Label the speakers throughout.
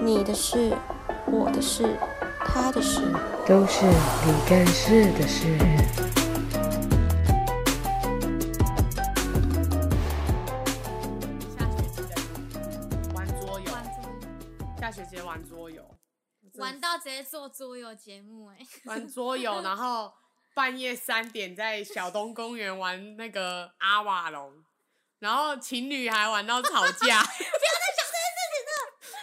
Speaker 1: 你的事、我的事、他的事。
Speaker 2: 都是你干事的事。
Speaker 3: 下学期的玩桌游，下学期的玩桌游，
Speaker 4: 玩到直接做桌游节目哎、
Speaker 3: 玩桌游，然后半夜三点在小东公园玩那个阿瓦隆，然后情侣还玩到吵架。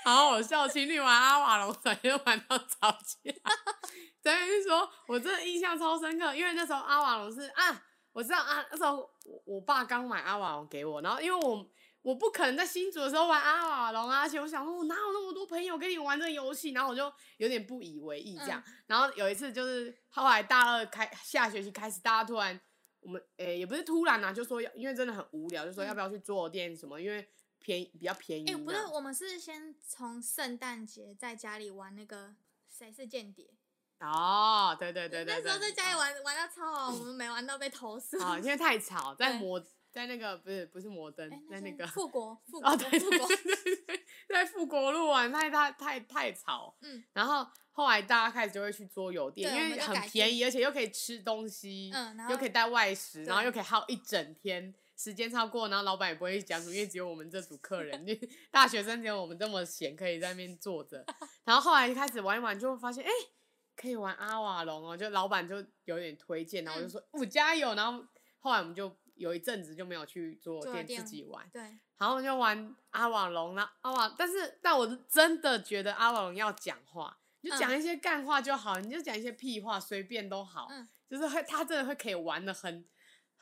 Speaker 3: 好好笑，情侣玩阿瓦隆，反正玩到吵架。 等于说，我真的印象超深刻，因为那时候阿瓦隆是啊，我知道啊，那时候我我爸刚买阿瓦隆给我，然后因为我我不可能在新竹的时候玩阿瓦隆啊，而且我想说，我哪有那么多朋友跟你玩这个游戏，然后我就有点不以为意这样。
Speaker 4: 嗯
Speaker 3: 然后有一次就是后来大二开下学期开始，大家突然我们诶、也不是突然啊，就说要因为真的很无聊，就说要不要去桌游店什么，因为便宜比较便宜
Speaker 4: 哎、
Speaker 3: 嘛。
Speaker 4: 不嗯是，我们是先从圣诞节在家里玩那个谁是间谍，
Speaker 3: 哦，对对对对对，哦
Speaker 4: 那时候在家里玩玩到超好，我们没玩到被投 诉。
Speaker 3: 啊，因为太吵，在
Speaker 4: 对
Speaker 3: 摩在那个不是不是摩登
Speaker 4: 哎，
Speaker 3: 在
Speaker 4: 是
Speaker 3: 那个
Speaker 4: 富国，富国，
Speaker 3: 哦对
Speaker 4: 富
Speaker 3: 对
Speaker 4: 国
Speaker 3: 对，对对，在富国路玩太太太太吵，
Speaker 4: 嗯
Speaker 3: 然后后来大家开始就会去桌游店，
Speaker 4: 对我
Speaker 3: 因
Speaker 4: 们
Speaker 3: 为
Speaker 4: 就
Speaker 3: 很
Speaker 4: 改
Speaker 3: 便
Speaker 4: 进
Speaker 3: 宜，而且又可以吃东西，
Speaker 4: 嗯然
Speaker 3: 又
Speaker 4: 后
Speaker 3: 可以带外食，然后
Speaker 4: 对
Speaker 3: 又可以耗一整天。时间超过，然后老板也不会讲什么，因为只有我们这组客人， 就大学生只有我们这么闲，可以在那边坐着。然后后来开始玩一玩，就发现哎、可以玩阿瓦隆哦，就老板就有点推荐，
Speaker 4: 嗯
Speaker 3: 然后我就说我、加油，然后后来我们就有一阵子就没有去做
Speaker 4: 桌游
Speaker 3: 店自
Speaker 4: 店
Speaker 3: 己玩，
Speaker 4: 对，
Speaker 3: 然后我就玩阿瓦隆啦，阿瓦，但是但我真的觉得阿瓦隆要讲话，你就讲一些干话就好，你就讲一些屁话，随便都好，
Speaker 4: 嗯
Speaker 3: 就是会他真的会可以玩的很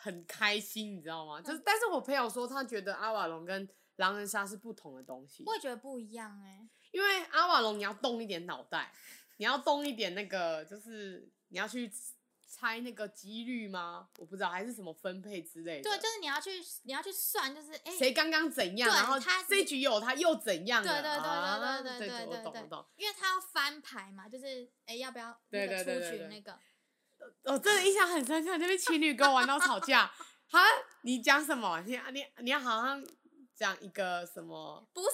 Speaker 3: 很开心，你知道吗？就是、
Speaker 4: 嗯
Speaker 3: 但是我朋友说他觉得阿瓦隆跟狼人杀是不同的东西，
Speaker 4: 我也觉得不一样哎、
Speaker 3: 因为阿瓦隆你要动一点脑袋，你要动一点那个，就是你要去猜那个几率吗？我不知道还是什么分配之类的，
Speaker 4: 对，就是你要去，你要去算，就是哎，
Speaker 3: 谁刚刚怎样，
Speaker 4: 对
Speaker 3: 然后
Speaker 4: 他
Speaker 3: 这一局有他又怎样
Speaker 4: 对
Speaker 3: 了？
Speaker 4: 对对
Speaker 3: 啊
Speaker 4: 对对对
Speaker 3: 我
Speaker 4: 对
Speaker 3: 懂
Speaker 4: 对
Speaker 3: 我懂。
Speaker 4: 因为他要翻牌嘛，就是哎要不要
Speaker 3: 对
Speaker 4: 那
Speaker 3: 对
Speaker 4: 个
Speaker 3: 对
Speaker 4: 出
Speaker 3: 对
Speaker 4: 局
Speaker 3: 对
Speaker 4: 那个，
Speaker 3: 我真哦的印象很深刻，那边情侣跟我玩到吵 架，哈，你讲什么？你你你好像讲一个什么？
Speaker 4: 不是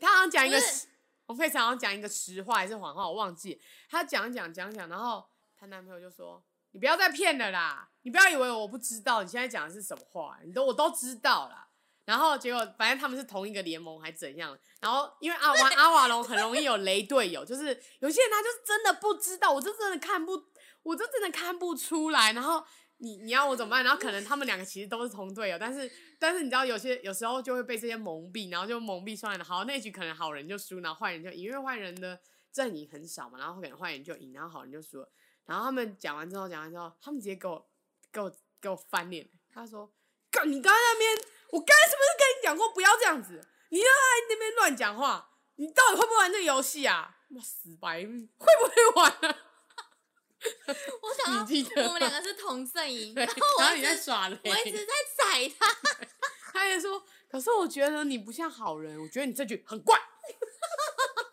Speaker 3: 他好像讲一个
Speaker 4: 不是
Speaker 3: 实，我佩常好像讲一个实话还是谎话，我忘记。他讲讲讲讲，然后她男朋友就说：“你不要再骗了啦，你不要以为我不知道你现在讲的是什么话，你都我都知道啦。”然后结果，反正他们是同一个联盟还怎样？然后因为阿玩阿瓦隆很容易有雷队友，就是有些人他就是真的不知道，我就真的看不，我就真的看不出来。然后你你要我怎么办？然后可能他们两个其实都是同队友，但是但是你知道有些有时候就会被这些蒙蔽，然后就蒙蔽算了。好，那一局可能好人就输，然后坏人就赢，因为坏人的阵营很少嘛，然后可能坏人就赢，然后好人就输了。然后他们讲完之后，讲完之后，他们直接给我给我给我翻脸。他说：“干，你刚才那边，我刚才是不是跟你讲过不要这样子？你让他在那边乱讲话，你到底会不会玩这个游戏啊？妈死白目，会不会玩啊？
Speaker 4: 我想到
Speaker 3: 你记得
Speaker 4: 我们两个是同阵 营，
Speaker 3: 对
Speaker 4: 然后我
Speaker 3: 然后
Speaker 4: 一
Speaker 3: 你
Speaker 4: 直
Speaker 3: 在耍
Speaker 4: 我一
Speaker 3: 雷，
Speaker 4: 直在宰他，
Speaker 3: 他也说，可是我觉得你不像好人，我觉得你这句很怪，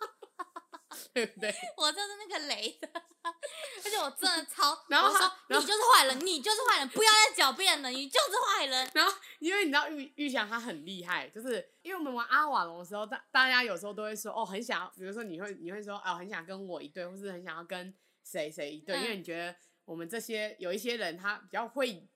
Speaker 3: 对不对？
Speaker 4: 我就是那个雷的，而且我真的超，
Speaker 3: 然后
Speaker 4: 我
Speaker 3: 他
Speaker 4: 说
Speaker 3: 然后
Speaker 4: 你就是坏人，你就是坏人，不要再狡辩了，你就是坏人。
Speaker 3: 然后，因为你知道玉玉祥他很厉害，就是因为我们玩阿瓦隆的时候，大大家有时候都会说哦，很想要，比如说你会你会说哦，很想跟我一对，或是很想要跟谁谁一对，因为
Speaker 4: 嗯
Speaker 3: 你觉得我们这些有一些人他比较会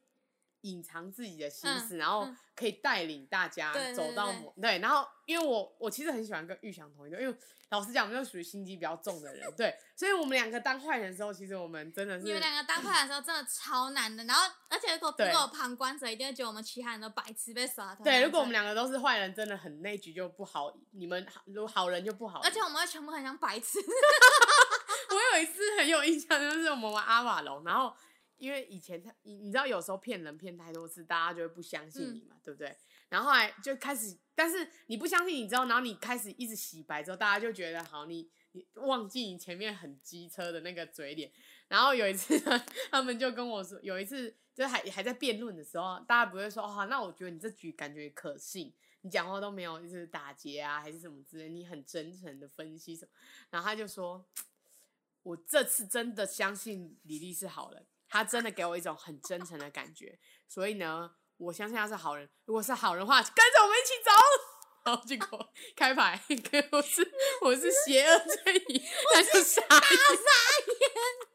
Speaker 3: 隐藏自己的心思，然后
Speaker 4: 嗯
Speaker 3: 可以带领大家
Speaker 4: 对对
Speaker 3: 走到
Speaker 4: 对对
Speaker 3: 某对然后因为我我其实很喜欢跟玉祥同一队，因为老实讲，我们就属于心机比较重的人，对，所以我们两个当坏人的时候，其实我们真的是
Speaker 4: 你们两个当坏人的时候真的超难的，然后而且如果
Speaker 3: 对
Speaker 4: 如果有旁观者一定会觉得我们其他人都白痴被耍的。
Speaker 3: 对，如果我们，两个都是坏人，真的很那局就不好，你们好如果好人就不好赢。
Speaker 4: 而且我们会全部很像白痴，
Speaker 3: 我有一次很有印象，就是我们玩阿瓦隆，然后因为以前他，你你知道有时候骗人骗太多次，大家就会不相信你嘛，对不对？然后后来就开始，但是你不相信你之后，然后你开始一直洗白之后，大家就觉得好，你你忘记你前面很机车的那个嘴脸。然后有一次 呢，他们就跟我说，有一次就是还还在辩论的时候，大家不会说哦，那我觉得你这局感觉可信，你讲话都没有就是打结啊，还是什么之类，你很真诚的分析什么。然后他就说，我这次真的相信李丽是好人，她真的给我一种很真诚的感觉，所以呢，我相信她是好人。如果是好人的话，跟着我们一起走。 然后结 果开牌，我是我是邪恶正 义，他就傻眼，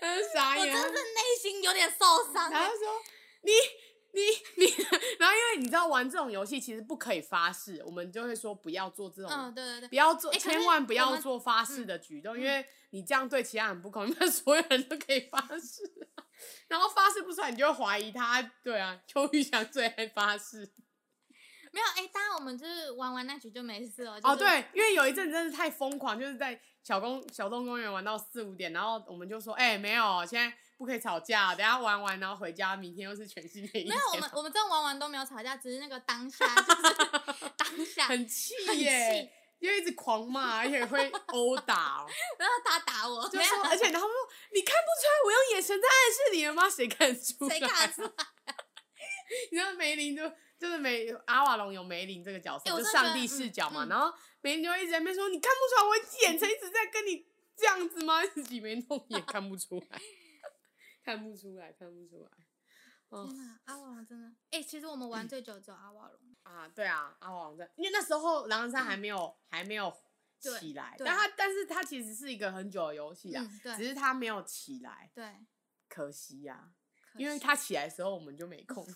Speaker 3: 他就傻
Speaker 4: 我
Speaker 3: 眼，
Speaker 4: 真的内心有点受伤
Speaker 3: 哎然
Speaker 4: 欸
Speaker 3: 后。说你你你， 然后因为你知道玩这种游戏其实不可以发誓，我们就会说不要做这种，
Speaker 4: 嗯，对对
Speaker 3: 不
Speaker 4: 对，
Speaker 3: 要做，
Speaker 4: 欸可是
Speaker 3: 千万不
Speaker 4: 我
Speaker 3: 要
Speaker 4: 们嗯
Speaker 3: 做发誓的举动，因为你这样对其他人不公， 因为所有人都可以发誓、啊，然后发誓不出来，你就会怀疑他。对啊，邱玉祥最爱发誓。
Speaker 4: 没有哎，当然我们就是玩完那局就没事了。就
Speaker 3: 哦，
Speaker 4: 是，
Speaker 3: 对，因为有一阵子真的太疯狂，就是在小公小东公园玩到四五点，然后我们就说，哎、没有，现在不可以吵架，等一下玩完然后回家，明天又是全新的一
Speaker 4: 没
Speaker 3: 天
Speaker 4: 有，我们我们真的玩完都没有吵架，只是那个当下就是 当下
Speaker 3: 很气
Speaker 4: 很
Speaker 3: 耶
Speaker 4: 气，，
Speaker 3: 就一直狂骂，而且会殴打、哦。
Speaker 4: 然后他打我，
Speaker 3: 就
Speaker 4: 没有
Speaker 3: 说，而且他们说你看不出来我用眼神在暗示你了吗？谁看得出来？
Speaker 4: 谁看得出来？
Speaker 3: 你知道梅林就就是梅阿瓦隆有梅林这个角色，
Speaker 4: 欸我
Speaker 3: 就
Speaker 4: 真的
Speaker 3: 上帝
Speaker 4: 觉得嗯
Speaker 3: 视角嘛。
Speaker 4: 嗯
Speaker 3: 然后梅林就会一直在那边说，你看不出来我眼神一直在跟你这样子吗？ 自己没弄也看不出来，看不出来，看不出来。哦
Speaker 4: 天 哪，阿瓦隆真的，哎、其实我们玩
Speaker 3: 嗯
Speaker 4: 最久只有阿瓦隆，
Speaker 3: 啊，对啊，阿瓦隆在，因为那时候狼人杀还没有、还没有
Speaker 4: 嗯对
Speaker 3: 起来，
Speaker 4: 对
Speaker 3: 但它但是它其实是一个很久的游戏啊，
Speaker 4: 嗯，对
Speaker 3: 只是它没有起来，
Speaker 4: 对，
Speaker 3: 可惜啊呀、
Speaker 4: 可
Speaker 3: 因为
Speaker 4: 惜
Speaker 3: 它起来的时候我们就 没空。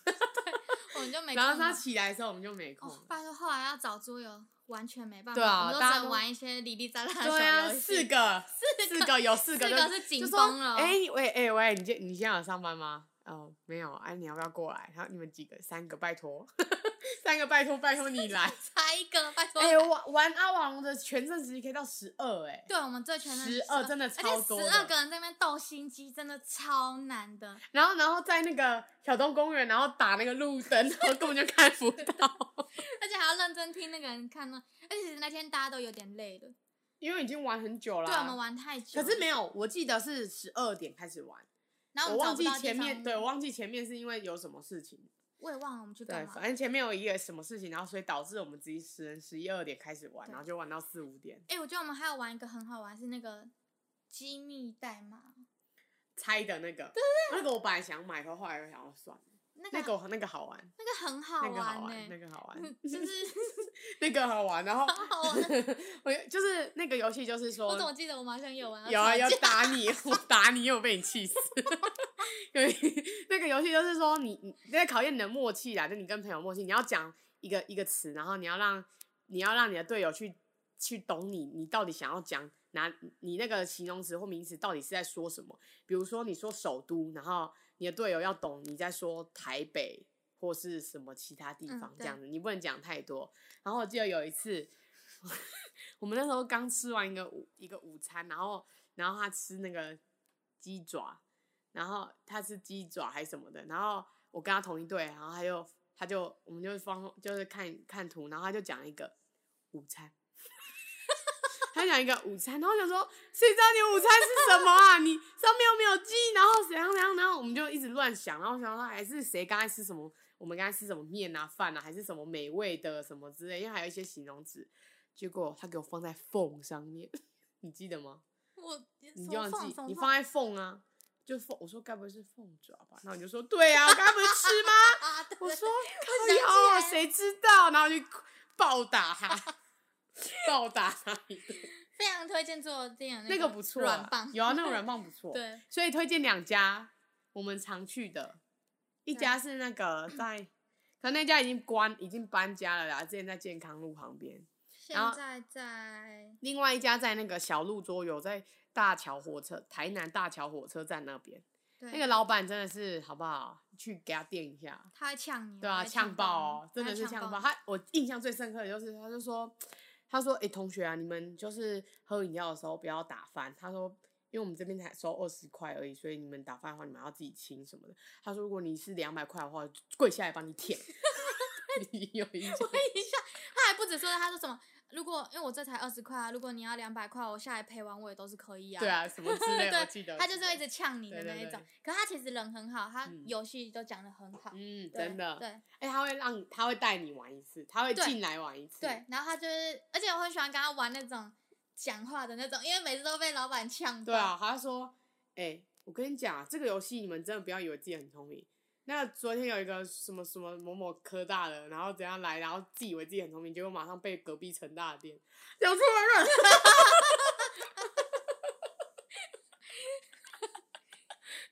Speaker 4: 我们就没
Speaker 3: 然后
Speaker 4: 空
Speaker 3: 他
Speaker 4: 玩
Speaker 3: 起来的时候，我们就没空了。
Speaker 4: 哦，拜托后来要找桌游完全没办法，
Speaker 3: 对啊
Speaker 4: 我们都
Speaker 3: 大家
Speaker 4: 只
Speaker 3: 都
Speaker 4: 能玩一些哩哩喳喳的
Speaker 3: 对啊，
Speaker 4: 小游戏
Speaker 3: 四个，四个有四个
Speaker 4: 四
Speaker 3: 就，
Speaker 4: 个是紧
Speaker 3: 就
Speaker 4: 绷
Speaker 3: 说
Speaker 4: 了
Speaker 3: 哎、喂，哎、喂，你今你今天有上班吗？哦，没有。哎、你要不要过来？然后你们几个，三个，拜托， 三个，拜托，拜托 你来。
Speaker 4: 差一个，拜托。
Speaker 3: 哎、玩玩阿瓦隆的全盛时期可以到十二，哎，
Speaker 4: 对，我们最全
Speaker 3: 12真的超多的
Speaker 4: 十二个人在那边斗心机，真的超难的。
Speaker 3: 然后然后在那个小东公园，然后打那个路灯，然后根本就看不到，
Speaker 4: 而且还要认真听那个人看呢。而且其实那天大家都有点累了，
Speaker 3: 因为已经玩很久了。
Speaker 4: 对，我们。玩太久
Speaker 3: 啊可
Speaker 4: 了。
Speaker 3: 是没有，我记得是十二点开始玩，
Speaker 4: 然后
Speaker 3: 我
Speaker 4: 们
Speaker 3: 忘
Speaker 4: 找不
Speaker 3: 记
Speaker 4: 到地
Speaker 3: 前面，
Speaker 4: 方
Speaker 3: 对我忘记前面是因为有什么事情，
Speaker 4: 我也忘了我们去
Speaker 3: 对，
Speaker 4: 干嘛
Speaker 3: 反。正前面有一个什么事情，然后所以导致我们自己十人十一二点开始玩，
Speaker 4: 对
Speaker 3: 然后就玩到四五点，
Speaker 4: 哎、我觉得我们还有玩一个很好玩，是那个机密代码。
Speaker 3: 猜的那个，那个我本来想买，可后来又想要算了，
Speaker 4: 那个
Speaker 3: 那
Speaker 4: 啊
Speaker 3: 个那个好玩，
Speaker 4: 那个很好
Speaker 3: 那个好
Speaker 4: 玩呢、欸
Speaker 3: 玩，那个好 玩，
Speaker 4: 就是
Speaker 3: 那个好玩，然后
Speaker 4: 好玩的。
Speaker 3: 我就是那个游戏就是说
Speaker 4: 哦我怎么记得我们好像有玩到
Speaker 3: 有啊，
Speaker 4: 吵
Speaker 3: 要
Speaker 4: 架
Speaker 3: 打你， 我打你，我被你气死。 有一那个游戏就是说你，你那在考验你的默契啦，就你跟朋友默契，你要讲一个一个词，然后你要让你要让你的队友去去懂你，你到底想要讲哪，你那个形容词或名词到底是在说什么。比如说你说首都，然后你的队友要懂你在说台北或是什么其他地
Speaker 4: 嗯
Speaker 3: 方这
Speaker 4: 对
Speaker 3: 样子，你不能讲太多。然后我记得有一次， 我们那时候刚吃完一个午一个午餐，然后然后他吃那个鸡爪，然后他吃鸡爪还是什么的，然后我跟他同一队，然后他就他就我们就放就是看看图，然后他就讲一个午餐。 他讲一个午餐，然后我想说，谁知道你午餐是什么啊？你上面又没有鸡，然后怎样怎样，然后我们就一直乱想，然后想说哎还是谁刚才吃什么，我们刚才吃什么面啊、饭啊，还是什么美味的什么之类，因为还有一些形容词。结果他给我放在缝上面， 你记得吗？
Speaker 4: 我
Speaker 3: 你
Speaker 4: 手
Speaker 3: 就忘
Speaker 4: 放
Speaker 3: 记
Speaker 4: 手
Speaker 3: 你
Speaker 4: 放
Speaker 3: 放在缝啊，就缝。我说该不会是凤爪吧？然后你就说对啊，我刚刚不是吃吗？
Speaker 4: 啊！对
Speaker 3: 我 说
Speaker 4: 想起
Speaker 3: 靠
Speaker 4: 来
Speaker 3: 腰，
Speaker 4: 了
Speaker 3: 谁知道？然后就暴打 他，暴打他一顿。
Speaker 4: 非常推荐做店的
Speaker 3: 那个不错啊，
Speaker 4: 软棒，
Speaker 3: 有啊，那个软棒不错。，
Speaker 4: 对，
Speaker 3: 所以推荐两家我们常去的，一家是那个在，可那家已经关，已经搬家了啦，之前在健康路旁边。
Speaker 4: 现
Speaker 3: 然后
Speaker 4: 在在
Speaker 3: 另外一家在那个小路桌游，在大桥火车台南大桥火车站那边，
Speaker 4: 对
Speaker 3: 那个老板真的是好不好？去给他垫一下。
Speaker 4: 他会呛你，
Speaker 3: 对啊，
Speaker 4: 嗯我会
Speaker 3: 呛爆哦
Speaker 4: 你，
Speaker 3: 真的
Speaker 4: 会
Speaker 3: 是
Speaker 4: 呛
Speaker 3: 呛爆。
Speaker 4: 爆
Speaker 3: 他我印象最深刻的就是，他就说，他说，哎、同学啊，你们就是喝饮料的时候不要打翻。他说，因为我们这边才收二十块而已，所以你们打翻的话，你们要自己清什么的。他说，如果你是两百块的话，跪下来帮你 舔。你有印象？
Speaker 4: 你。一下，他还不止说，他说什么？如果因为我这才二十块啊，如果你要两百块，我下来陪玩我也都是可以啊。
Speaker 3: 对，啊，什么之类，
Speaker 4: 对
Speaker 3: 我记得。
Speaker 4: 他就是会一
Speaker 3: 直
Speaker 4: 直呛你的
Speaker 3: 对
Speaker 4: 那
Speaker 3: 对
Speaker 4: 一
Speaker 3: 对。
Speaker 4: 种可他其实人很好，他
Speaker 3: 嗯
Speaker 4: 游戏都讲的很好，
Speaker 3: 嗯，
Speaker 4: 对
Speaker 3: 真的。
Speaker 4: 对
Speaker 3: 哎、他会让你，他会带你玩一次，他会
Speaker 4: 对
Speaker 3: 进来玩一次。
Speaker 4: 对。然后他就是，而且我很喜欢跟他玩那种讲话的那种，因为每次都被老板呛爆。
Speaker 3: 啊对啊，他说：“哎、我跟你讲啊，这个游戏你们真的不要以为自己很聪明，那昨天有一个什么什么某某科大的，然后怎样来，然后自以为自己很聪明，结果马上被隔壁成大的店讲出来了。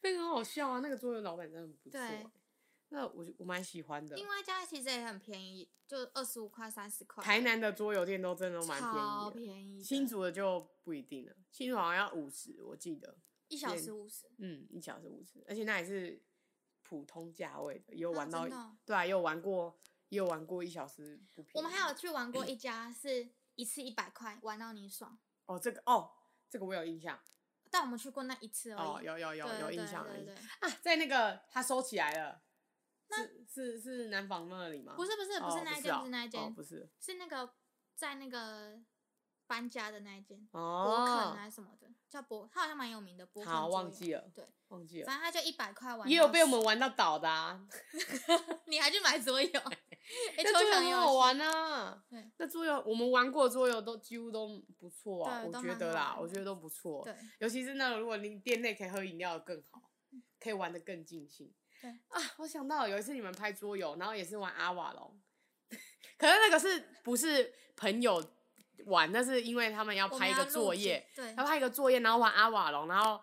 Speaker 3: 那个很好笑啊，那个桌游老板真的很不错、啊
Speaker 4: 对
Speaker 3: 那我我蛮喜欢的。
Speaker 4: 另外一家其实也很便宜，就二十五块、三十块。
Speaker 3: 台南的桌游店都真的都蛮便
Speaker 4: 超
Speaker 3: 宜的，
Speaker 4: 便宜的，
Speaker 3: 新竹的就不一定了，新竹好像要五十，我记得，
Speaker 4: 一小
Speaker 3: 便宜
Speaker 4: 时五十，
Speaker 3: 嗯，一小时五十，而且那也是普通价位的，也有
Speaker 4: 啊
Speaker 3: 玩到，
Speaker 4: 真的哦
Speaker 3: 对啊，也有玩过，也有玩过一小时不便宜。
Speaker 4: 我们还有去玩
Speaker 3: 嗯
Speaker 4: 过一家，是一次一百块，玩到你爽。
Speaker 3: 哦，这个哦，这个我有印象，
Speaker 4: 但我们去过那一次而已。
Speaker 3: 哦，有有有
Speaker 4: 对
Speaker 3: 有
Speaker 4: 对
Speaker 3: 印象而
Speaker 4: 对
Speaker 3: 已
Speaker 4: 对对
Speaker 3: 啊，在那个他收起来了，是是是南房那里吗？
Speaker 4: 不是不是不是
Speaker 3: 哦
Speaker 4: 那一
Speaker 3: 哦
Speaker 4: 间，不是那一
Speaker 3: 哦
Speaker 4: 间
Speaker 3: 不，是
Speaker 4: 是那个在那个搬家的那一间，博肯
Speaker 3: 哦，
Speaker 4: 还是什么的，叫博，他好像蛮有名的。博肯
Speaker 3: 好
Speaker 4: 桌
Speaker 3: 忘
Speaker 4: 游
Speaker 3: 记了
Speaker 4: 对，
Speaker 3: 忘记了，
Speaker 4: 反正他就一百块玩。
Speaker 3: 也有被我们，玩到倒的啊，
Speaker 4: 你还去买桌 游？哎，
Speaker 3: 那桌
Speaker 4: 抽
Speaker 3: 游
Speaker 4: 奖
Speaker 3: 很
Speaker 4: 游
Speaker 3: 好
Speaker 4: 戏
Speaker 3: 玩啊
Speaker 4: 对。
Speaker 3: 那桌游我们玩过的桌游都几乎都不错啊，
Speaker 4: 对
Speaker 3: 我
Speaker 4: 都
Speaker 3: 觉
Speaker 4: 蛮
Speaker 3: 得
Speaker 4: 好
Speaker 3: 啦
Speaker 4: 玩，的
Speaker 3: 我觉得都不错。
Speaker 4: 对，
Speaker 3: 尤其是那种如果你店内可以喝饮料的更好，可以玩的更尽兴。
Speaker 4: 嗯对
Speaker 3: 啊，我想到有一次你们拍桌游，然后也是玩阿瓦隆， 可是那个是不是朋友玩？那是因为他们要
Speaker 4: 我
Speaker 3: 拍
Speaker 4: 们
Speaker 3: 一
Speaker 4: 要
Speaker 3: 个
Speaker 4: 录
Speaker 3: 作
Speaker 4: 制
Speaker 3: 业，
Speaker 4: 对
Speaker 3: 他，拍一个作业，然后玩阿瓦隆，然后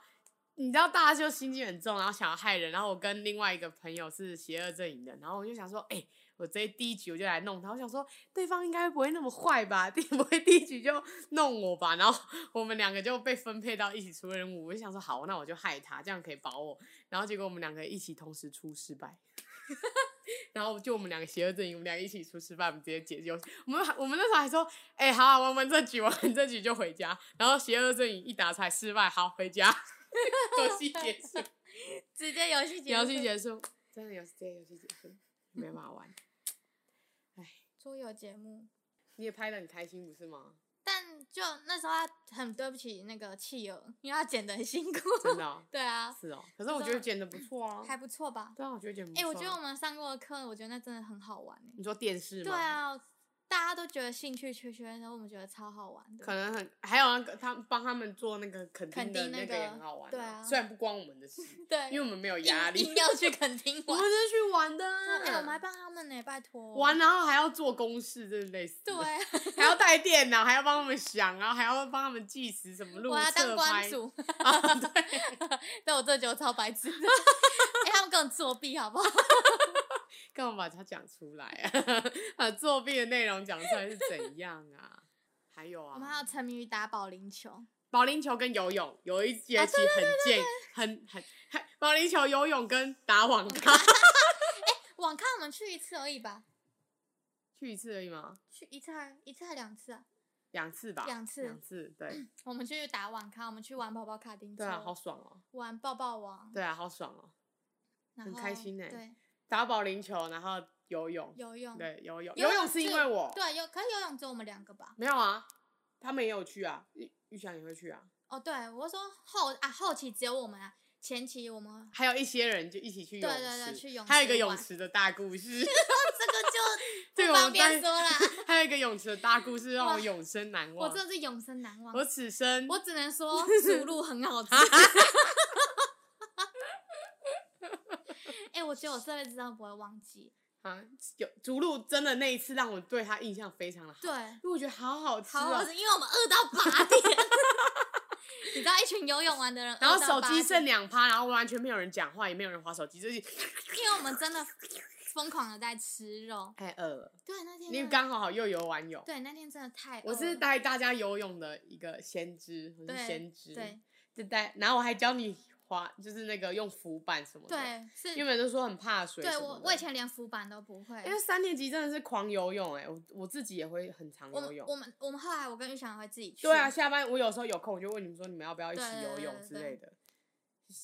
Speaker 3: 你知道大家就心机很重，然后想要害人，然后我跟另外一个朋友是邪恶阵营的，然后我就想说，哎、我这第一局我就来弄他，我想说对方应该不会那么坏吧，第不会第一 局就弄我吧，然后 我们两个就被分配到一起出任务，我就想说好，那我就害他，这样可以保我，然后结果我们两个一起同时出失败。 然后就我们两个邪恶阵营，我们两个一起出失败，我们直接解救。我们我们那时候还说，哎、好、啊，玩完这局，玩完这局就回家。然后邪恶阵营一打才失败，好，回家， 游戏结束，
Speaker 4: 直接游戏结
Speaker 3: 游戏
Speaker 4: 束
Speaker 3: 结束，真的游戏，直接游戏结束，没办法玩。
Speaker 4: 桌游节目。
Speaker 3: 你也拍的很开心，不是吗？
Speaker 4: 但就那时候他很对不起那个汽油，因为他剪的很辛苦。，
Speaker 3: 真的、哦
Speaker 4: 对啊，
Speaker 3: 是哦。可是我觉得剪的不错啊，
Speaker 4: 还不错吧？
Speaker 3: 对啊，我觉得剪得不
Speaker 4: 哎、
Speaker 3: 错、啊。
Speaker 4: 我觉得我们上过的课，我觉得那真的很好玩哎、
Speaker 3: 你说电视吗？
Speaker 4: 对。啊，大家都觉得兴趣缺缺，然后我们觉得超好玩的。
Speaker 3: 可能很，还有那个他们帮他们做那个肯
Speaker 4: 垦
Speaker 3: 定的
Speaker 4: 丁那
Speaker 3: 那个也
Speaker 4: 个
Speaker 3: 很好玩、
Speaker 4: 对啊
Speaker 3: 虽然不关我们的 事，
Speaker 4: 对，
Speaker 3: 因为我们没有压力
Speaker 4: 硬，硬要去 垦丁
Speaker 3: 我
Speaker 4: 玩
Speaker 3: 们。是去玩的、
Speaker 4: 对
Speaker 3: 啊。
Speaker 4: 哎、我们还帮他们呢、拜托。
Speaker 3: 玩，然后还要做公式，真的累死。
Speaker 4: 对，，啊
Speaker 3: 还要带电脑，还要帮他们想，然后还要帮他们计时什 么录
Speaker 4: 我要当
Speaker 3: 测拍
Speaker 4: 关。主。
Speaker 3: 啊，对，
Speaker 4: 但我这觉得我超白痴的。哎、他们跟我作弊好不好？
Speaker 3: 干嘛把它讲出来啊？ 把作弊的内容讲出来是怎样啊？还有
Speaker 4: 我们还
Speaker 3: 啊
Speaker 4: 有，沉迷于打保龄球，
Speaker 3: 保龄球跟游泳有一节
Speaker 4: 啊
Speaker 3: 期很健，很很很保龄球、游泳跟打网咖，
Speaker 4: 网咖我们去一次而已吧，
Speaker 3: 去一次而已吗？
Speaker 4: 去一次还一次还两次啊？
Speaker 3: 两次吧，
Speaker 4: 两次
Speaker 3: 两次， 对
Speaker 4: 我们去打网咖，我们去玩跑跑卡丁车，
Speaker 3: 对啊，好爽哦，
Speaker 4: 玩抱抱王，
Speaker 3: 对啊，好爽哦，
Speaker 4: 然
Speaker 3: 很
Speaker 4: 后
Speaker 3: 开心欸
Speaker 4: 对，
Speaker 3: 打保龄球，然后游泳，
Speaker 4: 游泳，
Speaker 3: 对游泳，
Speaker 4: 游
Speaker 3: 游
Speaker 4: 泳
Speaker 3: 泳是因为我，
Speaker 4: 对，游可是游泳只有我们两个吧？
Speaker 3: 没有啊，他们也有去啊，玉玉祥也会去啊，
Speaker 4: 哦，对，我说后啊后期只有我们啊，前期我们
Speaker 3: 还有一些人就一起去
Speaker 4: 对
Speaker 3: 泳池，
Speaker 4: 对对去泳池
Speaker 3: 还有一个泳
Speaker 4: 玩
Speaker 3: 池的大故 事，
Speaker 4: 这
Speaker 3: 这 个
Speaker 4: 个就不
Speaker 3: 我
Speaker 4: 方
Speaker 3: 们在
Speaker 4: 便说啦。
Speaker 3: 还有一个泳池的大故事让
Speaker 4: 哇
Speaker 3: 我永生难
Speaker 4: 我
Speaker 3: 忘。
Speaker 4: 真的是永生难忘。
Speaker 3: 我此生
Speaker 4: 我只 能说熟路很好吃。哎、我觉得我这辈子真的不会忘记。
Speaker 3: 啊，有竹鹿真的那一次让我对他印象非常的好，
Speaker 4: 对，
Speaker 3: 因为我觉得好好吃
Speaker 4: 好好
Speaker 3: 哦。
Speaker 4: 吃，因为我们饿到八点。 你知道一群游泳完的人，
Speaker 3: 然后手机剩，两趴，然后完全没有人讲话，也没有人划手机，就是。
Speaker 4: 因为我们真的疯狂的在吃肉
Speaker 3: 太饿了。
Speaker 4: 对，那
Speaker 3: 哎
Speaker 4: 天
Speaker 3: 呃你
Speaker 4: 真的
Speaker 3: 刚好好又游完泳，
Speaker 4: 对那天真的太饿
Speaker 3: 我是
Speaker 4: 了
Speaker 3: 带大家游泳的一个先知，我是
Speaker 4: 对
Speaker 3: 先知。
Speaker 4: 对
Speaker 3: 就带，然后我还教你滑，就是那个用浮板什么的。，
Speaker 4: 对是
Speaker 3: 因为都说很怕水什
Speaker 4: 对
Speaker 3: 么的。
Speaker 4: 我，我以前连浮板都不会。
Speaker 3: 因为三年级真的是狂游泳、欸，哎，我我自己也会很常
Speaker 4: 我
Speaker 3: 游
Speaker 4: 们
Speaker 3: 泳
Speaker 4: 我。们我们后来我跟玉祥会自己去。
Speaker 3: 对啊，下班我有时候有空，我就问你们说你们要不要一起
Speaker 4: 对对
Speaker 3: 游
Speaker 4: 对
Speaker 3: 泳
Speaker 4: 对
Speaker 3: 之
Speaker 4: 对
Speaker 3: 类的。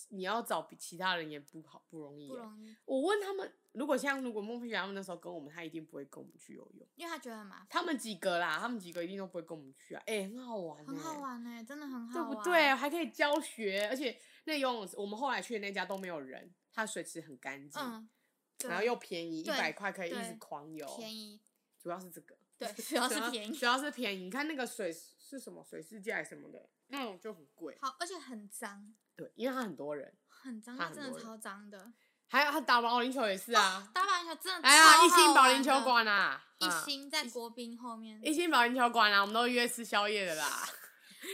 Speaker 3: 你要找比其他人也不好不容易、
Speaker 4: 不
Speaker 3: 欸。
Speaker 4: 容易，
Speaker 3: 我问他们，如果像如果孟非雪他们那时候跟我们，他一定不会跟我们去游泳。
Speaker 4: 因为他觉得很麻烦，
Speaker 3: 他们几个啦，他们几个一定都不会跟我们去啊。哎、很好玩、欸，
Speaker 4: 很好玩呢、真的很好
Speaker 3: 对
Speaker 4: 玩，
Speaker 3: 不对？？还可以教学，而且那游泳池我们后来去的那家都没有人，它水池很干净，
Speaker 4: 嗯，对
Speaker 3: 然后又便宜，一
Speaker 4: 对
Speaker 3: 百块可以一直
Speaker 4: 对
Speaker 3: 狂游，
Speaker 4: 便宜，
Speaker 3: 主要是这个，
Speaker 4: 对，主要是便宜，
Speaker 3: 主要是便宜。你看那个水是什么水世界还是什么的，那种就很贵，
Speaker 4: 好，而且很脏，
Speaker 3: 对，因为它很多人，
Speaker 4: 很脏，
Speaker 3: 它
Speaker 4: 它
Speaker 3: 很
Speaker 4: 真的
Speaker 3: 多人
Speaker 4: 超脏的。
Speaker 3: 还有他打保龄球也是啊，
Speaker 4: 打保龄球真的
Speaker 3: 哎呀，
Speaker 4: 哦超
Speaker 3: 一星
Speaker 4: 好
Speaker 3: 保
Speaker 4: 玩
Speaker 3: 龄球
Speaker 4: 的，
Speaker 3: 馆啊，
Speaker 4: 一
Speaker 3: 啊
Speaker 4: 星在国宾后面。
Speaker 3: 一星保龄球馆啊，我们都约吃宵夜的啦，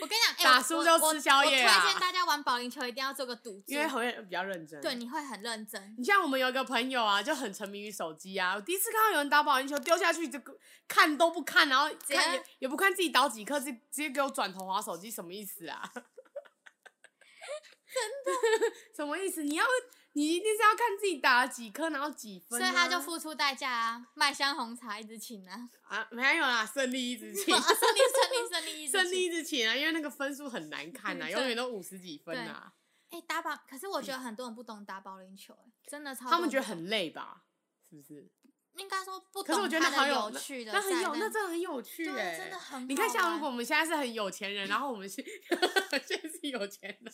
Speaker 4: 我跟你讲，哎
Speaker 3: 打
Speaker 4: 我
Speaker 3: 输
Speaker 4: 我
Speaker 3: 就
Speaker 4: 我
Speaker 3: 吃宵夜
Speaker 4: 我
Speaker 3: 啊
Speaker 4: 推荐大家玩保龄球一定要做个赌注
Speaker 3: 因，为好像比较认真。
Speaker 4: 对，你会很 认真。
Speaker 3: 你像我们有一个朋友啊，就很沉迷于手机啊。我第一次看到有人打保龄球丢下去，就看都不看，然后
Speaker 4: 接
Speaker 3: 看也也不看自己倒几颗，直直接给我转头划手机，什么意思啊？真的？ 什么意思？你要你一定是要看自己打了几颗，然后几
Speaker 4: 所
Speaker 3: 分、啊
Speaker 4: 以他就付出代价啊，麦香红茶一直请啊，
Speaker 3: 啊，没有啦，胜利一直 请
Speaker 4: 啊， 胜利胜利胜利一直 请
Speaker 3: 胜利一直请啊，因为那个分数很难看呐、啊，
Speaker 4: 对
Speaker 3: 永远都五十几分啊，
Speaker 4: 哎、打保，可是我觉得很多人不懂打保龄球、哎，真的超多人不懂。
Speaker 3: 他们觉得很累吧？是不是？
Speaker 4: 应该说不
Speaker 3: 可是我
Speaker 4: 懂
Speaker 3: 觉得
Speaker 4: 它
Speaker 3: 那好
Speaker 4: 的
Speaker 3: 有
Speaker 4: 有
Speaker 3: 那
Speaker 4: 趣的
Speaker 3: 那
Speaker 4: 在，
Speaker 3: 很有，那真的很有趣
Speaker 4: 对啊
Speaker 3: 哎、
Speaker 4: 真的很
Speaker 3: 你看，
Speaker 4: 好
Speaker 3: 像如
Speaker 4: 玩
Speaker 3: 果我们现在是很有钱人，然后我们现现在是 有钱人，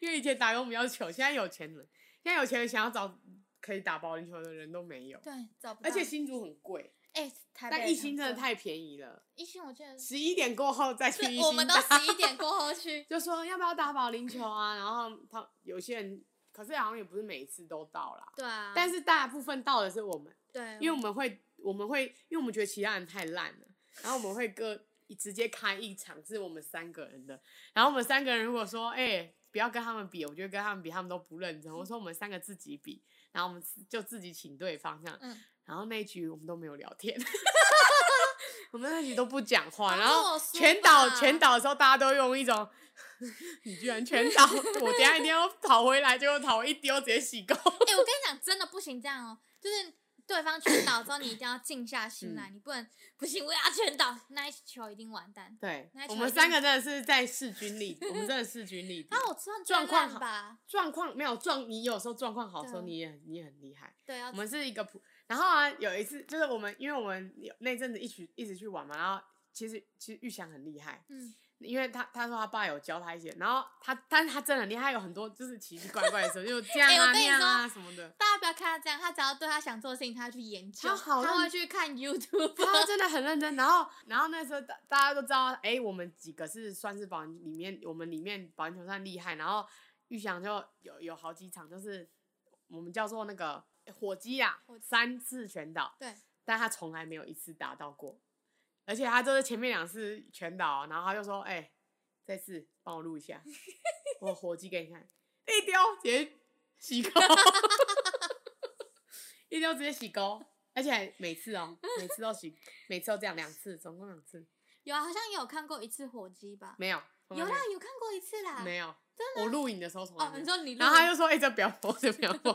Speaker 3: 因为以前打工比较穷，现在有钱人，现在有钱人想要找可以打保龄球的人都没有，
Speaker 4: 对找不到，
Speaker 3: 而且新竹很贵，
Speaker 4: 哎、台北
Speaker 3: 但
Speaker 4: 人
Speaker 3: 一星真的
Speaker 4: 很贵
Speaker 3: 太便宜了，
Speaker 4: 一星，我记得
Speaker 3: 十一点过后再去一
Speaker 4: 对，
Speaker 3: 星，，
Speaker 4: 我们都十一点过后去
Speaker 3: 就说要不要打保龄球啊，然后他有些人，可是好像也不是每一次都到啦，
Speaker 4: 对啊，
Speaker 3: 但
Speaker 4: 是
Speaker 3: 是大部分到的是我们。
Speaker 4: 对，
Speaker 3: 因为我们会，我们会，因为我们觉得其他人太烂了，然后我们会各直接开一场是我们三个人的，然后我们三个人如果说，哎、不要跟他们比，我觉得跟他们比，他们都不认
Speaker 4: 嗯
Speaker 3: 真。我说我们三个自己比，然后我们自就自己请对方这样。
Speaker 4: 嗯
Speaker 3: 然后那一局我们都没有聊 天，我们那局都不讲话，
Speaker 4: 都
Speaker 3: 然
Speaker 4: 跟
Speaker 3: 后
Speaker 4: 我说
Speaker 3: 全倒
Speaker 4: 吧
Speaker 3: 全倒的时候，大家都用一种 你居然全倒，我等一下一定要讨回来，结果讨一丢直接洗够。
Speaker 4: 哎、我跟你讲，真的不行这样哦，就是对方全倒之后，你一定要静下
Speaker 3: 嗯
Speaker 4: 心来，你不能不行，我要全倒，那一球一定完蛋。
Speaker 3: 对
Speaker 4: 那，
Speaker 3: 我
Speaker 4: 球
Speaker 3: 们
Speaker 4: 一
Speaker 3: 三
Speaker 4: 定
Speaker 3: 个真的是在势均力，我们真的势均力敌
Speaker 4: 然。后我算
Speaker 3: 状况好
Speaker 4: 吧，
Speaker 3: 状况没有状，你有时候状况好的时候，
Speaker 4: 对啊
Speaker 3: 你也很你也很厉害。
Speaker 4: 对，要
Speaker 3: 我们是一个普，然后啊，有一次就是我们，因为我们有那阵子一起一直去玩嘛，然后其实其实玉祥很厉害，
Speaker 4: 嗯，
Speaker 3: 因为他他说他爸有教他一些，然后他但是他真的很厉害，他有很多就是奇奇怪怪的时候，就这样
Speaker 4: 哎我
Speaker 3: 啊
Speaker 4: 跟
Speaker 3: 那
Speaker 4: 你
Speaker 3: 样啊
Speaker 4: 说
Speaker 3: 什么的。
Speaker 4: 大家不要看他这样，他只要对他想做的事情，他去研究，
Speaker 3: 他好认
Speaker 4: 会去看 YouTube，
Speaker 3: 他哦真的很认真。然后，然后那时候大大家都知道，哎、我们几个是算是保龄里面，我们里面保龄球算厉害。然后玉祥就有有好几场，就是我们叫做那个诶火鸡啊
Speaker 4: 火，鸡
Speaker 3: 三次全倒，
Speaker 4: 对，
Speaker 3: 但他从来没有一次打到过，而且他就是前面两次全倒，然后他就说，哎、这次帮我录一 下，我火鸡给你看，一丢直接洗 高。一丢直接洗钩，而且每次哦、每次都洗，每次都这样两次，总共两次，
Speaker 4: 有啊，好像有看过一次火鸡吧？
Speaker 3: 没有，从来
Speaker 4: 有
Speaker 3: 没
Speaker 4: 啦，有看过一次啦。
Speaker 3: 没有，我录影的时候从来
Speaker 4: 哦，
Speaker 3: 没
Speaker 4: 你
Speaker 3: 有。
Speaker 4: 说你录，
Speaker 3: 然后他就说：“哎、这不要播，这不要播，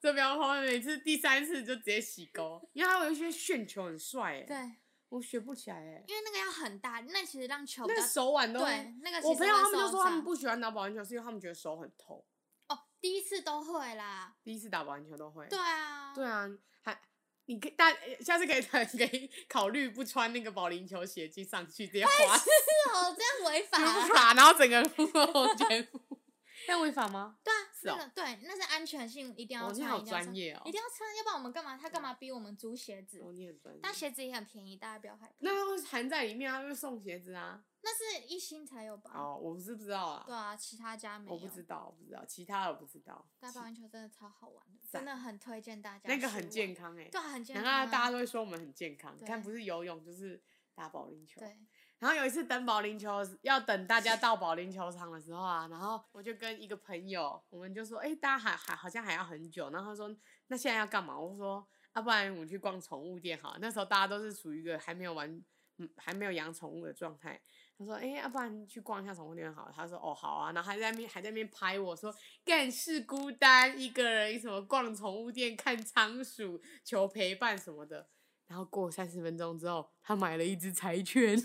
Speaker 3: 这不要播。”每次第三次就直接洗钩，因为他有一些旋球很帅
Speaker 4: 对
Speaker 3: 哎，，我学不起来哎，
Speaker 4: 因为那个要很大，那其实让球比
Speaker 3: 那
Speaker 4: 较
Speaker 3: 个手腕都
Speaker 4: 对那个其
Speaker 3: 我
Speaker 4: 实
Speaker 3: 朋友
Speaker 4: 会
Speaker 3: 他们就
Speaker 4: 受
Speaker 3: 说他们
Speaker 4: 伤
Speaker 3: 不喜欢打保龄球，是因为他们觉得手很痛，
Speaker 4: 哦，第一次都会啦。
Speaker 3: 第一次打保龄球都会。
Speaker 4: 对啊，
Speaker 3: 对啊，还你可以大下次可以可以考虑不穿那个保龄球鞋去上去直接滑
Speaker 4: 是 哦，这样违法啊。
Speaker 3: 法，然后整个人 全 部。那违法吗？
Speaker 4: 对啊，
Speaker 3: 是
Speaker 4: 那
Speaker 3: 哦
Speaker 4: 个对，那是安全性一定要
Speaker 3: 哦，你
Speaker 4: 穿，
Speaker 3: 好
Speaker 4: 一定要
Speaker 3: 专
Speaker 4: 穿，
Speaker 3: 业哦嗯
Speaker 4: 一定，要穿，要不然我们干嘛？他干嘛逼我们租鞋子？
Speaker 3: 哦，你很专业。
Speaker 4: 但鞋子也很便宜，大家不要害怕。
Speaker 3: 那它会含在里面，它会送鞋子啊。
Speaker 4: 那是一星才有吧？
Speaker 3: 哦，我是不知道
Speaker 4: 对
Speaker 3: 啊，
Speaker 4: 啊，其他家没有。
Speaker 3: 我不知道，我不知道，其他的我不知道。
Speaker 4: 大
Speaker 3: 其
Speaker 4: 保龄球真的超好玩的，
Speaker 3: 赞
Speaker 4: 真的很推荐大家。
Speaker 3: 那个很健，康哎，
Speaker 4: 对啊，很健
Speaker 3: 然
Speaker 4: 康
Speaker 3: 后
Speaker 4: 啊。
Speaker 3: 大家都会说我们很健康，
Speaker 4: 对
Speaker 3: 看不是游泳就是打保龄球。
Speaker 4: 对，
Speaker 3: 然后有一次等保龄球，要等大家到保龄球场的时候啊，然后我就跟一个朋友，我们就说，哎、大家还还好像还要很久。然后他说，那现在要干嘛？我说，要、不然我们去逛宠物店好了。那时候大家都是属于一个还没有玩，嗯，还没有养宠物的状态。他说，哎、要、不然去逛一下宠物店好了。他说，哦，好啊。然后还在那边还在那边拍我说，更是孤单一个人，什么逛宠物店看仓鼠，求陪伴什么的。然后过三十分钟之后，他买了一只柴犬，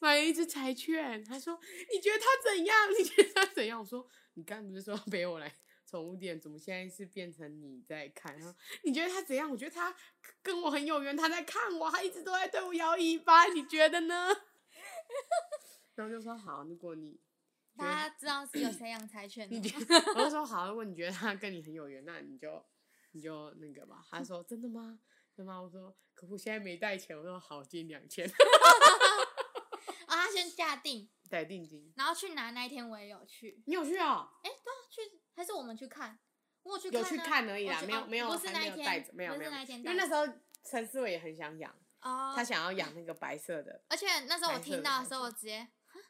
Speaker 3: 买了一只柴犬。他说：“你觉得它怎样？ 你觉得它怎样？”我说：“你刚不是说要陪我来宠物店，怎么现在是变成你在看？”他说：“你觉得它怎样？我觉得它跟我很有缘，它在看我，它一直都在对我摇尾巴，你觉得呢？” 然后就说：“好，如果你 觉得
Speaker 4: 大家知道是有谁养柴犬的
Speaker 3: 你
Speaker 4: 吗？
Speaker 3: 觉 得？我就说好，如果你觉得他跟你很有缘，那你就你就那个吧。他说真的吗？真的吗？我说 可我现在没带钱。我说好，借你两千。
Speaker 4: 哦啊，他先下定，
Speaker 3: 逮定金。
Speaker 4: 然后去拿那一天我也有去，
Speaker 3: 你有去哦？
Speaker 4: 哎，对啊，去还是我们去看，我有去看、
Speaker 3: 有
Speaker 4: 啊，
Speaker 3: 去看而已啦，
Speaker 4: 我去
Speaker 3: 没有
Speaker 4: 哦
Speaker 3: 没有
Speaker 4: 不是
Speaker 3: 还
Speaker 4: 那
Speaker 3: 没
Speaker 4: 一
Speaker 3: 有带
Speaker 4: 天
Speaker 3: 着，没有
Speaker 4: 不
Speaker 3: 没
Speaker 4: 是
Speaker 3: 有
Speaker 4: 那一，天
Speaker 3: 因
Speaker 4: 带
Speaker 3: 为
Speaker 4: 着，
Speaker 3: 那时候陈思伟也很想养，
Speaker 4: 哦，
Speaker 3: 他想要养那个白色 的，
Speaker 4: 而且那时候我听到的时
Speaker 3: 白色的
Speaker 4: 候，我直接哈，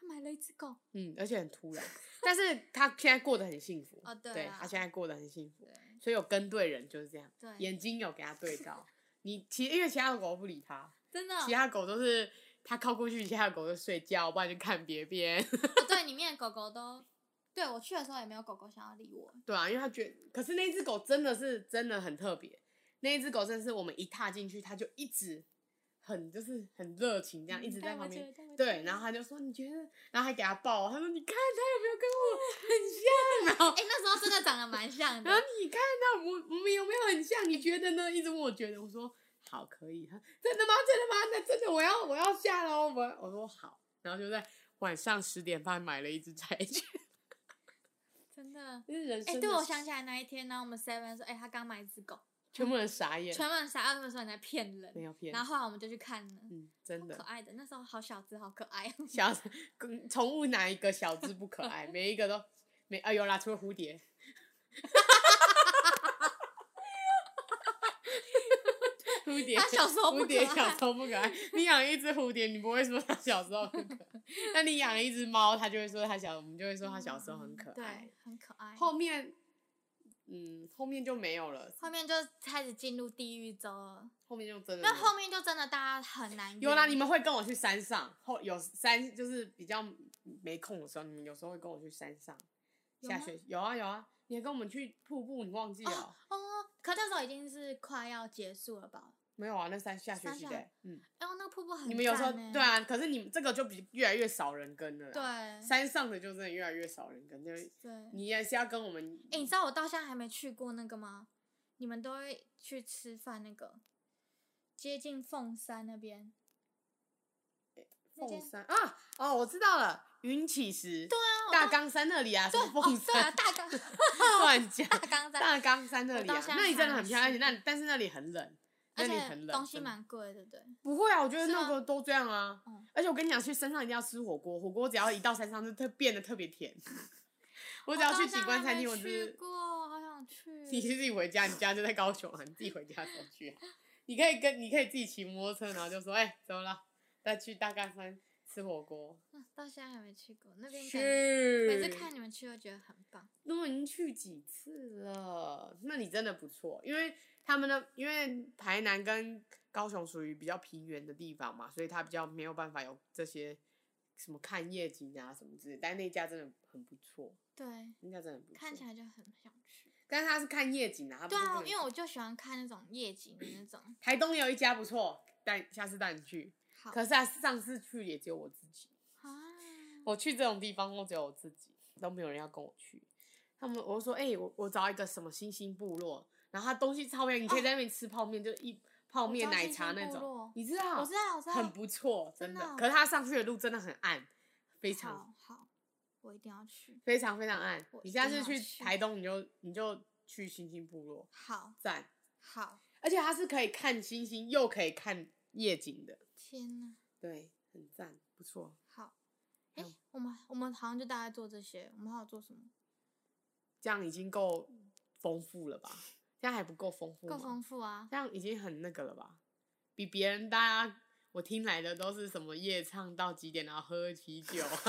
Speaker 4: 他买了一只狗，
Speaker 3: 嗯，而且很突然，但是他现在过得很幸福，
Speaker 4: 哦对
Speaker 3: 对
Speaker 4: 啊
Speaker 3: 他现在过得很幸福
Speaker 4: 对，
Speaker 3: 所以有跟对人就是这样，
Speaker 4: 对，
Speaker 3: 眼睛有给他对到，你其因为其他的狗不理他，
Speaker 4: 真的，
Speaker 3: 其他狗都是他靠过去，其他的狗就睡觉，不然就看别边，
Speaker 4: 哦对里面的狗狗都，对我去的时候也没有狗狗想要理我，
Speaker 3: 对啊，因为他觉得，可是那一只狗真的是真的很特别，那一只狗真的是我们一踏进去，它就一直很就是很热情，这样、一直在旁边。对，然后他就说你觉得，然后还给他抱，他说你看他有没有 跟我很像，然后
Speaker 4: 哎、那时候真的长得蛮像的
Speaker 3: 然后，你看他我我们有没有很像？你觉得呢？一直问我觉得，我说好可以，他真的吗？真的吗？那真的我要我要下喽，我我说好，然后就在晚上十点半买了一只柴犬，
Speaker 4: 真的。
Speaker 3: 这是人
Speaker 4: 哎、
Speaker 3: 生的事。
Speaker 4: 对，我想起来那一天呢，我们 seven 说，哎、他刚买一只狗，
Speaker 3: 全部人傻眼，
Speaker 4: 全部人傻，他们说你在骗
Speaker 3: 没
Speaker 4: 人。
Speaker 3: 有骗你。
Speaker 4: 然后后来我们就去看了，
Speaker 3: 嗯，真
Speaker 4: 好可
Speaker 3: 的，
Speaker 4: 爱的，那时候好小只，好可爱。
Speaker 3: 小跟 宠物哪一个小只不可爱？每一个都每啊有啦，除了蝴蝶。蝴蝶，
Speaker 4: 它小时候不
Speaker 3: 蝴蝶
Speaker 4: 可爱
Speaker 3: 小时候不可爱。你养一只蝴蝶，你不会说它小时候很可爱；那你养一只猫，它就会说它小，我们就会说它小时候很可爱
Speaker 4: 嗯对。，很可爱。
Speaker 3: 后面，嗯，后面就没有了，
Speaker 4: 后面就开始进入地狱周了，
Speaker 3: 后面就真的没
Speaker 4: 那
Speaker 3: 有。
Speaker 4: 后面就真的大家很难约。
Speaker 3: 有啦，你们会跟我去山上，后有山就是比较没空的时候，你们有时候会跟我去山上
Speaker 4: 有
Speaker 3: 下
Speaker 4: 吗
Speaker 3: 雪。有啊有啊，你还跟我们去瀑布，你忘记了？
Speaker 4: 哦，可那时候已经是快要结束了吧？
Speaker 3: 没有啊，那山下学
Speaker 4: 山
Speaker 3: 期
Speaker 4: 下
Speaker 3: 的、嗯，
Speaker 4: 哎呦，那个瀑布很
Speaker 3: 你们有时候
Speaker 4: 赞欸
Speaker 3: 对啊，可是你们这个就比越来越少人跟了啦。
Speaker 4: 对
Speaker 3: 山上的就真的越来越少人跟，就是
Speaker 4: 对。哎、
Speaker 3: 你也是要跟我们，
Speaker 4: 你知道我到现在还没去过那个吗？你们都会去吃饭那个接近凤山那边，那
Speaker 3: 凤
Speaker 4: 间
Speaker 3: 山啊，哦，我知道了，云起石，对啊，大冈山那里啊，什
Speaker 4: 对
Speaker 3: 么
Speaker 4: 哦
Speaker 3: 凤
Speaker 4: 对啊，
Speaker 3: 山，
Speaker 4: 大冈
Speaker 3: 乱讲，
Speaker 4: 大冈山，
Speaker 3: 大冈山那
Speaker 4: 我
Speaker 3: 里
Speaker 4: 到
Speaker 3: 啊，
Speaker 4: 现在
Speaker 3: 那里真的
Speaker 4: 还
Speaker 3: 很
Speaker 4: 没
Speaker 3: 漂亮，而且
Speaker 4: 去
Speaker 3: 那但是那里很冷，那
Speaker 4: 而
Speaker 3: 里很
Speaker 4: 且
Speaker 3: 冷，
Speaker 4: 东西
Speaker 3: 真的
Speaker 4: 蛮贵的，对。
Speaker 3: 不会啊，我觉得
Speaker 4: 是
Speaker 3: 那
Speaker 4: 吗
Speaker 3: 个都这样啊。
Speaker 4: 嗯
Speaker 3: 而且我跟你讲，去山上一定要吃火锅，火锅只要一到山上就特变得特别甜。 我只要
Speaker 4: 到
Speaker 3: 去
Speaker 4: 现
Speaker 3: 景
Speaker 4: 在
Speaker 3: 观
Speaker 4: 还
Speaker 3: 餐
Speaker 4: 没
Speaker 3: 厅，我就
Speaker 4: 去
Speaker 3: 是
Speaker 4: 过，好 想
Speaker 3: 你
Speaker 4: 去。
Speaker 3: 自己回家，你家就在高雄啊，你自己回家怎么去啊？你可以跟你可以自己骑摩托车，然后就说哎、怎么了？再去大冈山吃火锅。
Speaker 4: 嗯到现在还没去过，那边感觉
Speaker 3: 去，
Speaker 4: 每次看你们去都觉得很棒。
Speaker 3: 都已经去几次了，那你真的不错，因为他们的因为台南跟高雄属于比较平原的地方嘛，所以它比较没有办法有这些什么看夜景啊什么之类，但那家真的很不错，
Speaker 4: 对，
Speaker 3: 那家真的很不错。
Speaker 4: 看起，来就很想去。
Speaker 3: 但是它是看夜景啊，它不
Speaker 4: 对
Speaker 3: 是
Speaker 4: 啊
Speaker 3: 不，能
Speaker 4: 因为我就喜欢看那种夜景的那种。
Speaker 3: 台东也有一家不错，但下次带你去。
Speaker 4: 好
Speaker 3: 可是啊，上次去也只有我自己，
Speaker 4: 啊，
Speaker 3: 我去这种地方都只有我自己，都没有人要跟我去。他们我就说，哎、我我找一个什么新兴部落，然后它东西超便宜，你可以在那边吃泡面，就一泡面
Speaker 4: 哦我知道
Speaker 3: 奶茶那
Speaker 4: 新兴部落
Speaker 3: 种，你知道？
Speaker 4: 我知道，我知道。
Speaker 3: 很不错，真
Speaker 4: 真
Speaker 3: 的。
Speaker 4: 的哦
Speaker 3: 可是它上去的路真的很暗，非常
Speaker 4: 好好，我一定要去。
Speaker 3: 非常非常暗
Speaker 4: 我。
Speaker 3: 你
Speaker 4: 一
Speaker 3: 下
Speaker 4: 定
Speaker 3: 次
Speaker 4: 要
Speaker 3: 去
Speaker 4: 去
Speaker 3: 台东，你就你就去新兴部落，
Speaker 4: 好
Speaker 3: 赞。
Speaker 4: 好，
Speaker 3: 而且它是可以看星星，又可以看夜景的，
Speaker 4: 天哪，
Speaker 3: 对，很赞，不错。
Speaker 4: 好。哎、
Speaker 3: 好
Speaker 4: 我们我们好像就大概做这些，我们还有做什么？
Speaker 3: 这样已经够丰富了吧？这样还不够丰富吗？
Speaker 4: 够丰富啊！
Speaker 3: 这样已经很那个了吧？比别人大家我听来的都是什么夜唱到几点，然后喝啤酒啊，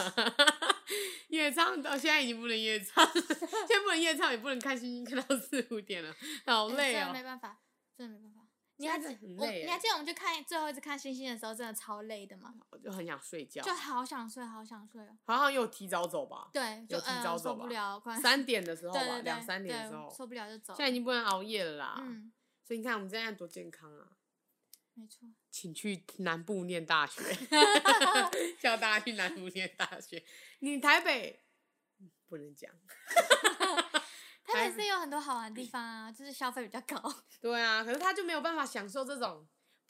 Speaker 3: 夜唱到现在已经不能夜唱， 现在不能夜唱，也不能看星星看到四五点了，好
Speaker 4: 哎
Speaker 3: 累
Speaker 4: 真
Speaker 3: 哦
Speaker 4: 的、没办法，真的没办法。你
Speaker 3: 现
Speaker 4: 还
Speaker 3: 在
Speaker 4: 记
Speaker 3: 真的很
Speaker 4: 我
Speaker 3: 累
Speaker 4: 你
Speaker 3: 耶
Speaker 4: 还记得我们去看最后一次看星星的时候，真的超累的吗？
Speaker 3: 我就很想睡觉，
Speaker 4: 就好想睡，好想睡哦。
Speaker 3: 好像有提早走吧，
Speaker 4: 对，就
Speaker 3: 有提早
Speaker 4: 嗯
Speaker 3: 走
Speaker 4: 受
Speaker 3: 吧
Speaker 4: 不了， 快
Speaker 3: 三点的时候
Speaker 4: 对对
Speaker 3: 吧，
Speaker 4: 对，
Speaker 3: 两三点的时
Speaker 4: 对
Speaker 3: 候，
Speaker 4: 受不了就走。
Speaker 3: 现在已经啊不能熬夜了啦。
Speaker 4: 嗯，
Speaker 3: 所以你看我们现在多健康啊！
Speaker 4: 没错，
Speaker 3: 请去南部念大 学， 叫大家去南部念大学。你台北嗯不能讲，
Speaker 4: 它
Speaker 3: 还
Speaker 4: 也是有很多好
Speaker 3: 嗯
Speaker 4: 玩的地方啊，就是消费比较 高。
Speaker 3: 对啊，可是他就没有办法享受这种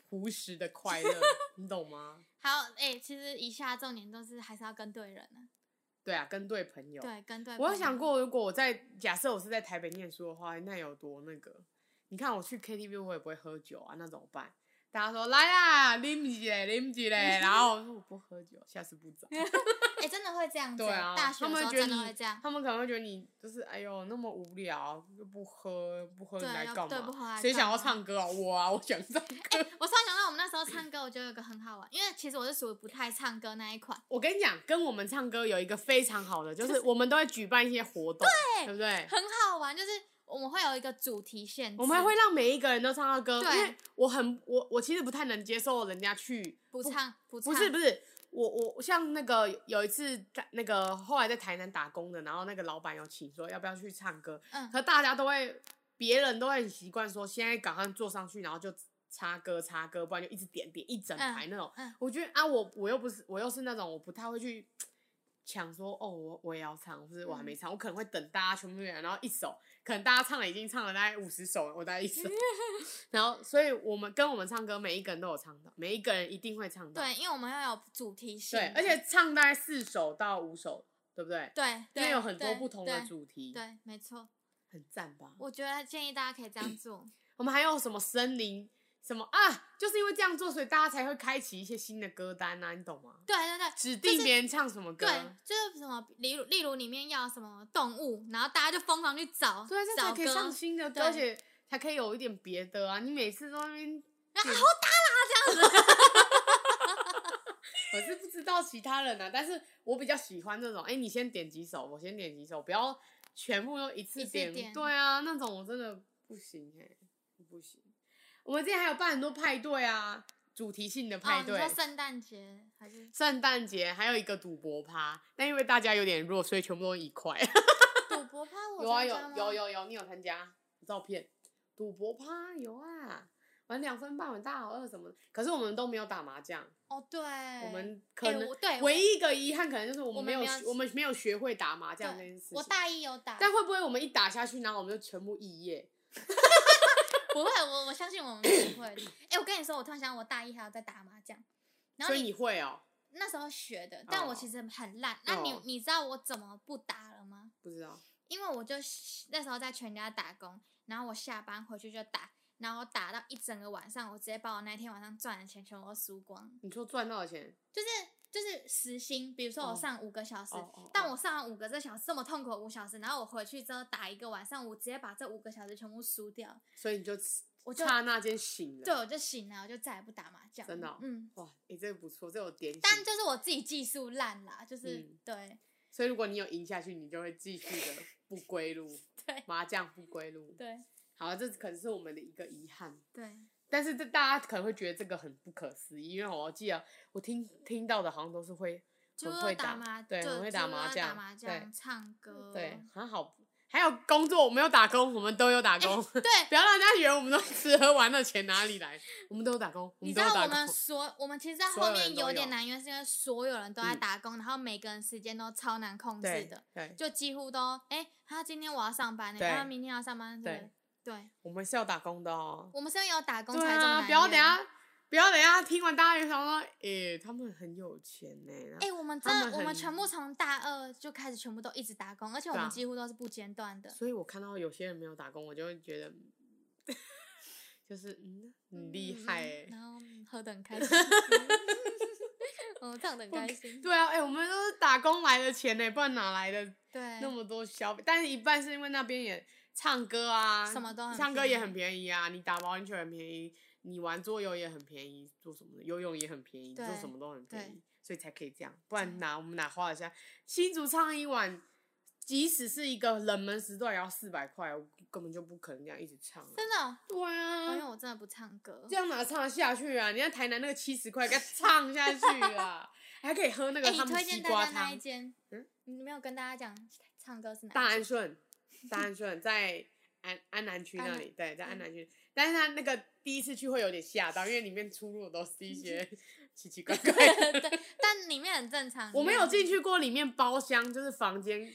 Speaker 3: 朴实的快乐，你懂吗？
Speaker 4: 还有，哎、其实以下重点都是还是要跟对人啊，
Speaker 3: 对啊，跟对朋友。
Speaker 4: 对，跟对。
Speaker 3: 我有想，过，如果我在假设我是在台北念书的话，那有多那个？你看我去 KTV 我也不会喝酒啊，那怎么办？大家说来啦，啉一嘞，啉 一嘞，然后我说我不喝酒，下次不找。
Speaker 4: 哎、真的会这样子、
Speaker 3: 对啊，
Speaker 4: 大学
Speaker 3: 他
Speaker 4: 的时
Speaker 3: 们
Speaker 4: 候
Speaker 3: 觉得
Speaker 4: 真的
Speaker 3: 你
Speaker 4: 会这样，
Speaker 3: 他们可能会觉得你就是哎呦那么无聊，又不喝，不喝你
Speaker 4: 对啊
Speaker 3: 来
Speaker 4: 要
Speaker 3: 干
Speaker 4: 对不喝
Speaker 3: 嘛？
Speaker 4: 来
Speaker 3: 谁
Speaker 4: 干
Speaker 3: 想要
Speaker 4: 嘛
Speaker 3: 唱歌啊？我啊，我想唱 歌。
Speaker 4: 我突然想到，我们那时候唱歌，我觉得有个很好玩，因为其实我是属于不太唱歌那一款。
Speaker 3: 我跟你讲，跟我们唱歌有一个非常好的，就是我们都会举办一些活动，对不对？
Speaker 4: 很好玩，就是我们会有一个主题限制，
Speaker 3: 我们还会让每一个人都唱到歌，
Speaker 4: 对
Speaker 3: 因为我很我我其实不太能接受人家去
Speaker 4: 不唱不唱，
Speaker 3: 不是不是，我我像那个有一次在那个后来在台南打工的，然后那个老板有请说要不要去唱歌，
Speaker 4: 嗯，
Speaker 3: 可大家都会，别人都会很习惯说，现在赶快坐上去，然后就插歌插歌，不然就一直点点一整排那种。
Speaker 4: 嗯嗯
Speaker 3: 我觉得啊，我我又不是我又是那种我不太会去抢说哦，我我也要唱，或者我还
Speaker 4: 嗯
Speaker 3: 没唱，我可能会等大家全部演，然后一首，可能大家唱了已经唱了大概五十首，我大概一 首，然后所以我们跟我们唱歌，每一个人都有唱到，每一个人一定会唱到，
Speaker 4: 对，因为我们要有主题性
Speaker 3: 对
Speaker 4: 的，，
Speaker 3: 而且唱大概四首到五首，对不对？
Speaker 4: 对，
Speaker 3: 因
Speaker 4: 对
Speaker 3: 为有很多
Speaker 4: 对
Speaker 3: 不同的
Speaker 4: 对
Speaker 3: 主题，
Speaker 4: 对，没错，
Speaker 3: 很赞吧？
Speaker 4: 我觉得建议大家可以这样做，
Speaker 3: 我们还有什么森林什么啊？就是因为这样做，所以大家才会开启一些新的歌单啊，你懂吗？
Speaker 4: 对对对。
Speaker 3: 指
Speaker 4: 就
Speaker 3: 定
Speaker 4: 是
Speaker 3: 别人唱什么歌，
Speaker 4: 对，就是什么，例如例如里面要什么动物，然后大家就疯狂去找，
Speaker 3: 对，这才
Speaker 4: 找
Speaker 3: 可以
Speaker 4: 歌
Speaker 3: 上新的歌，
Speaker 4: 对
Speaker 3: 而且才可以有一点别的啊。你每次都在那边
Speaker 4: 啊
Speaker 3: 点
Speaker 4: 好
Speaker 3: 我是不知道其他人啊，但是我比较喜欢这种，哎、你先点几首，我先点几首，不要全部都一次
Speaker 4: 一次点
Speaker 3: 对啊，那种我真的不行哎、不行。我们之前还有办很多派对啊，主题性的
Speaker 4: 哦
Speaker 3: 派，
Speaker 4: 你
Speaker 3: 对，
Speaker 4: 说圣诞节还是？
Speaker 3: 圣诞节还有一个赌博趴，但因为大家有点弱，所以全部都一块。
Speaker 4: 赌博趴我
Speaker 3: 有啊
Speaker 4: 参
Speaker 3: 有
Speaker 4: 加吗
Speaker 3: 有有有，你有参加？照片赌博趴有啊，玩两分半，玩大老二什么的。可是我们都没有打麻将，
Speaker 4: 哦，对，
Speaker 3: 我
Speaker 4: 我
Speaker 3: 们可能、
Speaker 4: 我对我
Speaker 3: 唯一一个遗憾可能就是我
Speaker 4: 我
Speaker 3: 们没有
Speaker 4: 们没有
Speaker 3: 学我们没有学会打麻
Speaker 4: 对
Speaker 3: 将这件事情。
Speaker 4: 我大一有打，
Speaker 3: 但会不会我们一打下去，然后我们就全部肄业？
Speaker 4: 不会，我我相信我 们不会的。哎、我跟你说，我突然想，到，我大一还有在打麻将，然后
Speaker 3: 所以
Speaker 4: 你
Speaker 3: 你会哦、
Speaker 4: 那时候学的，但我其实很烂。那你
Speaker 3: 哦
Speaker 4: 你知道我怎么不打了吗？
Speaker 3: 不知道。
Speaker 4: 因为我就那时候在全家打工，然后我下班回去就打，然后打到一整个晚上，我直接把我那天晚上赚的钱全部都输光了，
Speaker 3: 你说赚到的钱，
Speaker 4: 就是。就是时薪，比如说
Speaker 3: 哦
Speaker 4: 我上五个小时，
Speaker 3: 哦哦哦
Speaker 4: 但我上完五个这小时这么痛苦的五小时，然后我回去之后打一个晚上，我直接把这五个小时全部输掉，
Speaker 3: 所以你就
Speaker 4: 我就
Speaker 3: 刹那间醒了。
Speaker 4: 对，我就醒了，我就再也不打麻将了。
Speaker 3: 真的哦
Speaker 4: 嗯，
Speaker 3: 哇，你、这个不错，这有点醒。
Speaker 4: 但就是我自己技术烂啦，就是、
Speaker 3: 嗯
Speaker 4: 对
Speaker 3: 所以如果你有赢下去，你就会继续的不归路，
Speaker 4: 对
Speaker 3: 麻将不归路。
Speaker 4: 对
Speaker 3: 好，这可能是我们的一个遗憾，
Speaker 4: 对，
Speaker 3: 但是这大家可能会觉得这个很不可思议，因为我记得我听听到的好像都是会
Speaker 4: 就
Speaker 3: 很
Speaker 4: 是
Speaker 3: 会
Speaker 4: 打
Speaker 3: 打
Speaker 4: 麻，
Speaker 3: 对，
Speaker 4: 就
Speaker 3: 很会
Speaker 4: 就
Speaker 3: 打
Speaker 4: 是
Speaker 3: 麻
Speaker 4: 要
Speaker 3: 将，
Speaker 4: 打麻将、嗯唱歌，
Speaker 3: 对对， 很好。还有工作，我们有打工，我们都有打工，
Speaker 4: 对。
Speaker 3: 不要让人家以为我们都吃喝玩乐钱哪里来，我们都有打工，我
Speaker 4: 你
Speaker 3: 们
Speaker 4: 知
Speaker 3: 都有
Speaker 4: 道
Speaker 3: 打
Speaker 4: 我
Speaker 3: 工
Speaker 4: 们。所我们其实，在
Speaker 3: 所有
Speaker 4: 后面
Speaker 3: 人都
Speaker 4: 有点
Speaker 3: 有
Speaker 4: 难，因为是因为所有人都在
Speaker 3: 嗯
Speaker 4: 打工，然后每个人时间都超难控制
Speaker 3: 对
Speaker 4: 的，
Speaker 3: 对，
Speaker 4: 就几乎都哎，他今天我要上班呢，
Speaker 3: 对
Speaker 4: 他明天要上班，
Speaker 3: 对
Speaker 4: 对对，
Speaker 3: 我们是要打工的哦。
Speaker 4: 我们是要有打工
Speaker 3: 对
Speaker 4: 才这么
Speaker 3: 啊，
Speaker 4: 难
Speaker 3: 不要等
Speaker 4: 约
Speaker 3: 下，不要等下听完大家就想说，诶、他们很有钱呢、然后
Speaker 4: 哎、我们
Speaker 3: 他
Speaker 4: 真
Speaker 3: 们
Speaker 4: 的，我
Speaker 3: 很
Speaker 4: 们全部从大二就开始，全部都一直打工，而且我
Speaker 3: 对啊
Speaker 4: 们几乎都是不间断的。
Speaker 3: 所以我看到有些人没有打工，我就会觉得，嗯就是嗯，很厉
Speaker 4: 嗯
Speaker 3: 害哎、
Speaker 4: 然后嗯喝的 很开心， 嗯，唱的很开心。
Speaker 3: 对啊，哎、我们都是打工来的钱呢、欸不然哪来的
Speaker 4: 对，
Speaker 3: 那么多消费？但是一半是因为那边也唱歌啊，
Speaker 4: 什么都很
Speaker 3: 唱歌也
Speaker 4: 便宜
Speaker 3: 很便宜啊，你打保龄球很便宜，你玩桌游也很便宜，做什么的游泳也很便宜，做
Speaker 4: 对
Speaker 3: 什么都很便
Speaker 4: 对
Speaker 3: 宜，所以才可以这样。不然哪我们哪花得下？新竹唱一晚，即使是一个冷门时段，也要四百块，我根本就不可能这样一直唱、 啊。
Speaker 4: 真的哦，
Speaker 3: 对
Speaker 4: 因为
Speaker 3: 啊，
Speaker 4: 我真的不唱歌
Speaker 3: 这。样哪唱得下去啊？你看台南那个七十块，给它唱下去 啊，还可以喝那
Speaker 4: 哎、
Speaker 3: 个
Speaker 4: 你
Speaker 3: 他们
Speaker 4: 推
Speaker 3: 西
Speaker 4: 荐
Speaker 3: 瓜
Speaker 4: 大家那
Speaker 3: 汤
Speaker 4: 一。间？
Speaker 3: 嗯
Speaker 4: 你没有跟大家讲唱歌是哪一
Speaker 3: 大
Speaker 4: 间？
Speaker 3: 安顺，大安顺在安安南区
Speaker 4: 安
Speaker 3: 那
Speaker 4: 南嗯
Speaker 3: 里，对，在安南区。但是他那个第一次去会有点吓到，因为里面出入的都是一些
Speaker 4: 嗯
Speaker 3: 奇奇怪 怪的。
Speaker 4: 对，但里面很正常。
Speaker 3: 我没有进
Speaker 4: 去。
Speaker 3: 去过里面包厢，就是房间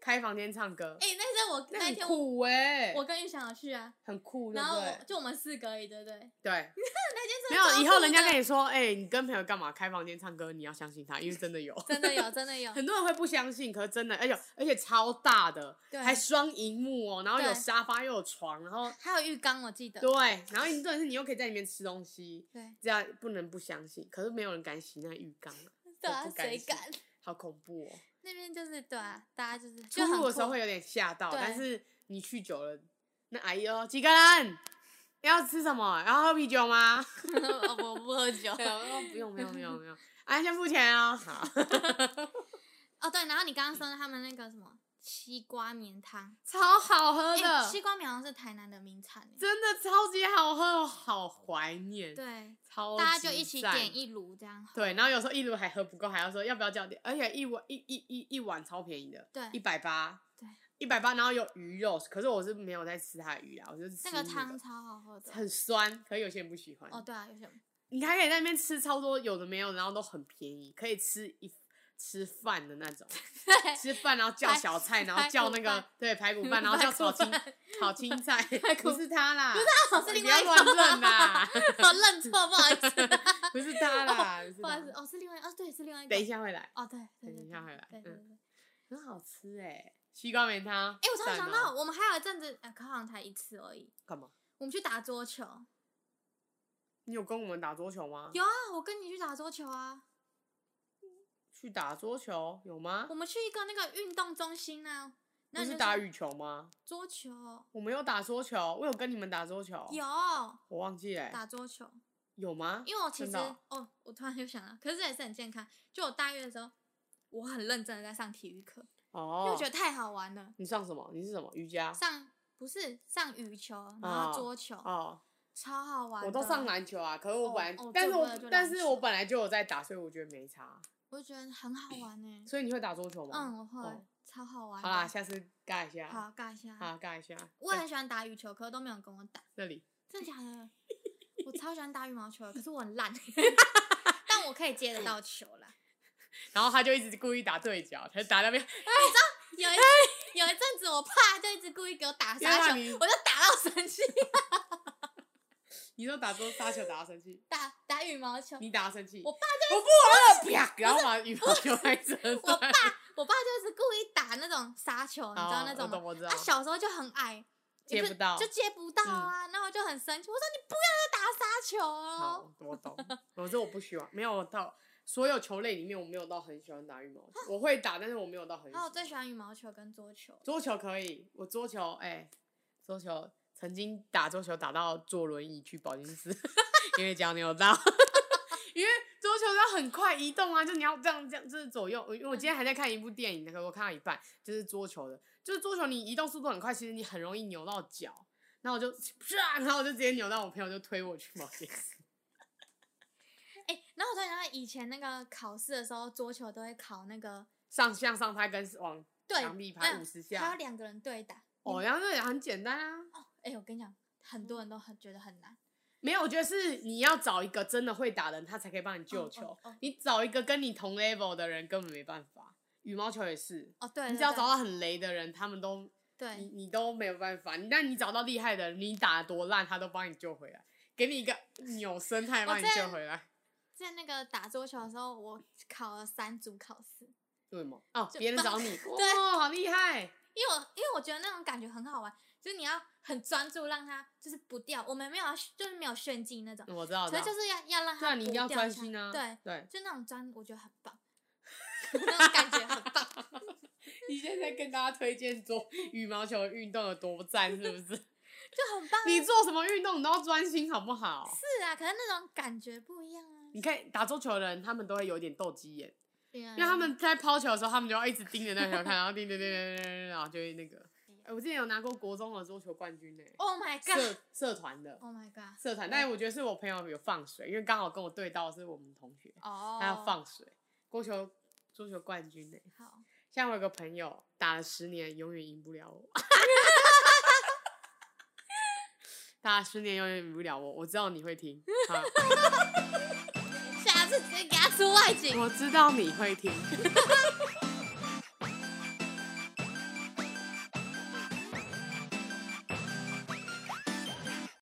Speaker 3: 开房间唱歌，
Speaker 4: 哎、那天我
Speaker 3: 那
Speaker 4: 那
Speaker 3: 很
Speaker 4: 天我
Speaker 3: 酷哎、
Speaker 4: 我跟玉想要去啊，
Speaker 3: 很酷，对
Speaker 4: 然
Speaker 3: 不
Speaker 4: 后
Speaker 3: 对？
Speaker 4: 就我们四个而已，对不对？
Speaker 3: 对，
Speaker 4: 那
Speaker 3: 没
Speaker 4: 间真的
Speaker 3: 有，以后人家
Speaker 4: 超酷的
Speaker 3: 跟你说，哎、你跟朋友干嘛开房间唱歌，你要相信他，因为 真 的有，
Speaker 4: 真的有，真的有，
Speaker 3: 很多人会不相信，可是真的，而且而且超大的，
Speaker 4: 对
Speaker 3: 还双荧幕哦，然后有
Speaker 4: 对
Speaker 3: 沙发又有床，然 后
Speaker 4: 还有浴缸，我记得。
Speaker 3: 对，然后你重点是你又可以在里面吃东西，
Speaker 4: 对
Speaker 3: 这样不能不相信，可是没有人敢洗那浴缸啊，
Speaker 4: 对啊
Speaker 3: 我不，敢
Speaker 4: 谁
Speaker 3: 洗
Speaker 4: 敢？
Speaker 3: 好恐怖哦！
Speaker 4: 那边就是对啊，大家就是
Speaker 3: 出
Speaker 4: 就很
Speaker 3: 入的时候
Speaker 4: 酷
Speaker 3: 会有点吓到，
Speaker 4: 对
Speaker 3: 但是你去久了，那哎呦，几个人？要吃什么？要喝啤酒吗？
Speaker 4: 哦 我不喝酒
Speaker 3: 对，啊我说不用不用不用不用， 啊，先付钱哦。好，
Speaker 4: 哦，对，然后你刚刚说他们那个什么西瓜绵汤，
Speaker 3: 超好喝
Speaker 4: 哎、
Speaker 3: 的，
Speaker 4: 西瓜绵好像是台南的名产耶，欸
Speaker 3: 真的超级好喝，好怀念，
Speaker 4: 对，
Speaker 3: 超级
Speaker 4: 大家就一起
Speaker 3: 赞
Speaker 4: 点一炉这样喝，
Speaker 3: 对，然后有时候一炉还喝不够，还要说要不要叫点，而且一碗一一一一碗超便宜的，
Speaker 4: 对
Speaker 3: 一百八，
Speaker 4: 对，
Speaker 3: 一百八，然后有鱼肉，可是我是没有在吃它的鱼啊，我就是吃
Speaker 4: 那个
Speaker 3: 那
Speaker 4: 汤超好喝的。
Speaker 3: 很酸，可是有些人不喜欢。
Speaker 4: 哦，对啊，有 些
Speaker 3: 你还可以在那边吃超多有的没有，然后都很便宜，可以吃一吃饭的那种，
Speaker 4: 对，
Speaker 3: 吃饭然后叫小 菜，然后叫那
Speaker 4: 排
Speaker 3: 个
Speaker 4: 骨
Speaker 3: 对排 骨饭，然后叫炒青
Speaker 4: 排骨饭
Speaker 3: 炒青 菜，
Speaker 4: 骨
Speaker 3: 不是它啦，不是
Speaker 4: 哦，是另外一
Speaker 3: 不要乱
Speaker 4: 个
Speaker 3: 认 啦
Speaker 4: 我哦认错，不好意思，
Speaker 3: 不是它啦，不是
Speaker 4: 不好意思，
Speaker 3: 它
Speaker 4: 哦，是另外，哦，对，是另外一个。
Speaker 3: 等一，下会来，
Speaker 4: 哦，对，对对
Speaker 3: 等一下回来嗯
Speaker 4: 对对对对。
Speaker 3: 很好吃哎，西瓜梅汤，哎
Speaker 4: 欸哎、我突然想
Speaker 3: 赞哦
Speaker 4: 到，我们还有一阵子，哎、可好像才一次而已。
Speaker 3: 干嘛？
Speaker 4: 我们去打桌球，
Speaker 3: 你有跟我们打桌球吗？
Speaker 4: 有啊，我跟你去打桌球啊。
Speaker 3: 去打桌球有吗
Speaker 4: 我？们去一个那个运动中心啊，
Speaker 3: 不
Speaker 4: 那你
Speaker 3: 是
Speaker 4: 就
Speaker 3: 打
Speaker 4: 说
Speaker 3: 羽哦球吗？
Speaker 4: 桌球，
Speaker 3: 我没有打桌球，我有跟你们打桌球，
Speaker 4: 有
Speaker 3: 我忘记了欸，
Speaker 4: 打桌球，
Speaker 3: 有吗？
Speaker 4: 因为我其
Speaker 3: 真
Speaker 4: 实
Speaker 3: 的哦
Speaker 4: 哦，我突然就想到，可是这也是很健康。就我大一的时候，我很认真的在上体育课，因为
Speaker 3: 哦
Speaker 4: 我觉，得太好玩了。
Speaker 3: 你上什么？你是什么瑜伽？
Speaker 4: 上不是上羽球，然后桌球，
Speaker 3: 哦，
Speaker 4: 超好玩。
Speaker 3: 我都上，篮球啊，可是我
Speaker 4: 哦
Speaker 3: 本来
Speaker 4: 哦，
Speaker 3: 但是
Speaker 4: 对
Speaker 3: 我
Speaker 4: 我也就
Speaker 3: 但
Speaker 4: 篮
Speaker 3: 是
Speaker 4: 球
Speaker 3: 我本来就有在打，所以我觉得没差。
Speaker 4: 我就觉得很好玩 呢、
Speaker 3: 所以你会打桌球吗？
Speaker 4: 嗯，我会，
Speaker 3: 哦
Speaker 4: 超好玩的。
Speaker 3: 好啦，下次尬一下。
Speaker 4: 好，尬一下。
Speaker 3: 好，尬一下。
Speaker 4: 我也
Speaker 3: 在
Speaker 4: 很喜欢打羽球，可是都没有人跟我打。
Speaker 3: 这里
Speaker 4: 真的假的？我超喜欢打羽毛球的，可是我很烂， 但我可以接得到球啦。
Speaker 3: 然后他就一直故意打对角，他就打那边，
Speaker 4: 有一次有一阵子，我爸就一直故意给我打
Speaker 3: 因为
Speaker 4: 杀
Speaker 3: 怕
Speaker 4: 球，
Speaker 3: 你
Speaker 4: 我就打到生气。
Speaker 3: 你说打桌杀球打到生气，
Speaker 4: 打打羽毛 球，
Speaker 3: 你打到生气，
Speaker 4: 我爸
Speaker 3: 我不玩了，啪，然后把羽毛球拍折
Speaker 4: 我
Speaker 3: 断
Speaker 4: 爸。我爸就是故意打那种杀球，你知道
Speaker 3: 哦
Speaker 4: 那
Speaker 3: 我
Speaker 4: 种
Speaker 3: 懂
Speaker 4: 吗？
Speaker 3: 我知道
Speaker 4: 他、，小时候就很矮，也
Speaker 3: 接
Speaker 4: 是
Speaker 3: 不到嗯
Speaker 4: 就接不到啊，然后我就很生气，我说你不要再打杀球哦。
Speaker 3: 好，我懂。我说我不喜欢，没有到所有球类里面，我没有到很喜欢打羽毛球，我会打，但是我没有到很喜
Speaker 4: 然后我
Speaker 3: 欢。
Speaker 4: 最喜欢羽毛球跟桌球，
Speaker 3: 桌球可以，我桌球，哎、桌球曾经打桌球打到坐轮椅去保健室， 因为脚扭到。 因为桌球要很快移动啊，就你要这样这样，就是左右。因为我今天还在看一部电影，那个我看到一半，就是桌球的，就是桌球你移动速度很快，其实你很容易扭到脚。然后我就啪， 然后我就直接扭到我朋友，就推我去保健室。
Speaker 4: 哎、然后我突然想到以前那个考试的时候，桌球都会考那个
Speaker 3: 上向上拍跟往
Speaker 4: 对
Speaker 3: 墙壁拍
Speaker 4: 嗯
Speaker 3: 50
Speaker 4: 还
Speaker 3: 下
Speaker 4: 有两个人对打。
Speaker 3: 哦，然后这也很简单啊。
Speaker 4: 哎、我跟你讲，很多人都很觉得很难。
Speaker 3: 没有，我觉得是你要找一个真的会打的人，他才可以帮你救
Speaker 4: 哦
Speaker 3: 球。
Speaker 4: 哦哦
Speaker 3: 你找一个跟你同 level 的人，根本没办法。羽毛球也是，
Speaker 4: 哦，对，
Speaker 3: 你
Speaker 4: 对
Speaker 3: 只要
Speaker 4: 对
Speaker 3: 找到很雷的人，他们都你
Speaker 4: 对，
Speaker 3: 你都没有办法。但你找到厉害的人，你打得多烂，他都帮你救回来，给你一个扭身，他也
Speaker 4: 我
Speaker 3: 帮你
Speaker 4: 之前
Speaker 3: 救回来。
Speaker 4: 在那个打桌球的时候，我考了三组考试，
Speaker 3: 为什么？哦，
Speaker 4: 就
Speaker 3: 别人
Speaker 4: 帮
Speaker 3: 找你， 哦，好厉害！
Speaker 4: 因为我因为我觉得那种感觉很好玩，就是你要很专注，让它就是不掉。我们没有要就是没有炫技那种，
Speaker 3: 我知道，我知
Speaker 4: 所以
Speaker 3: 道
Speaker 4: 就是要要让
Speaker 3: 对
Speaker 4: 它
Speaker 3: 啊，你一定要
Speaker 4: 不掉
Speaker 3: 专
Speaker 4: 下
Speaker 3: 心啊。
Speaker 4: 对，
Speaker 3: 对，
Speaker 4: 就那种专，我觉得很棒， 那种感觉很棒。
Speaker 3: 你现在跟大家推荐做羽毛球运动有多赞，是不是？
Speaker 4: 就很棒
Speaker 3: 你做什么运动你都要专心，好不好？
Speaker 4: 是啊，可是那种感觉不一样啊，
Speaker 3: 你看打桌球的人，他们都会有一点斗鸡眼，
Speaker 4: 对啊
Speaker 3: 因为他们在抛球的时候，他们就要一直盯着那球看，然后盯盯盯盯盯盯，然后就会那个。哎、我之前有拿过国中的桌球冠军呢、
Speaker 4: ，Oh my
Speaker 3: 社
Speaker 4: God，Oh
Speaker 3: 社团的
Speaker 4: my God，
Speaker 3: 社团，但是我觉得是我朋友有放水，因为刚好跟我对到的是我们同学，
Speaker 4: 哦，
Speaker 3: 他要放水，国球桌球冠军呢、
Speaker 4: 好，
Speaker 3: 像我有个朋友打了十年，永远赢不了 我。打了十年永远赢不了我，我知道你会听，好
Speaker 4: 下次直接给他出外景。
Speaker 3: 我知道你会听。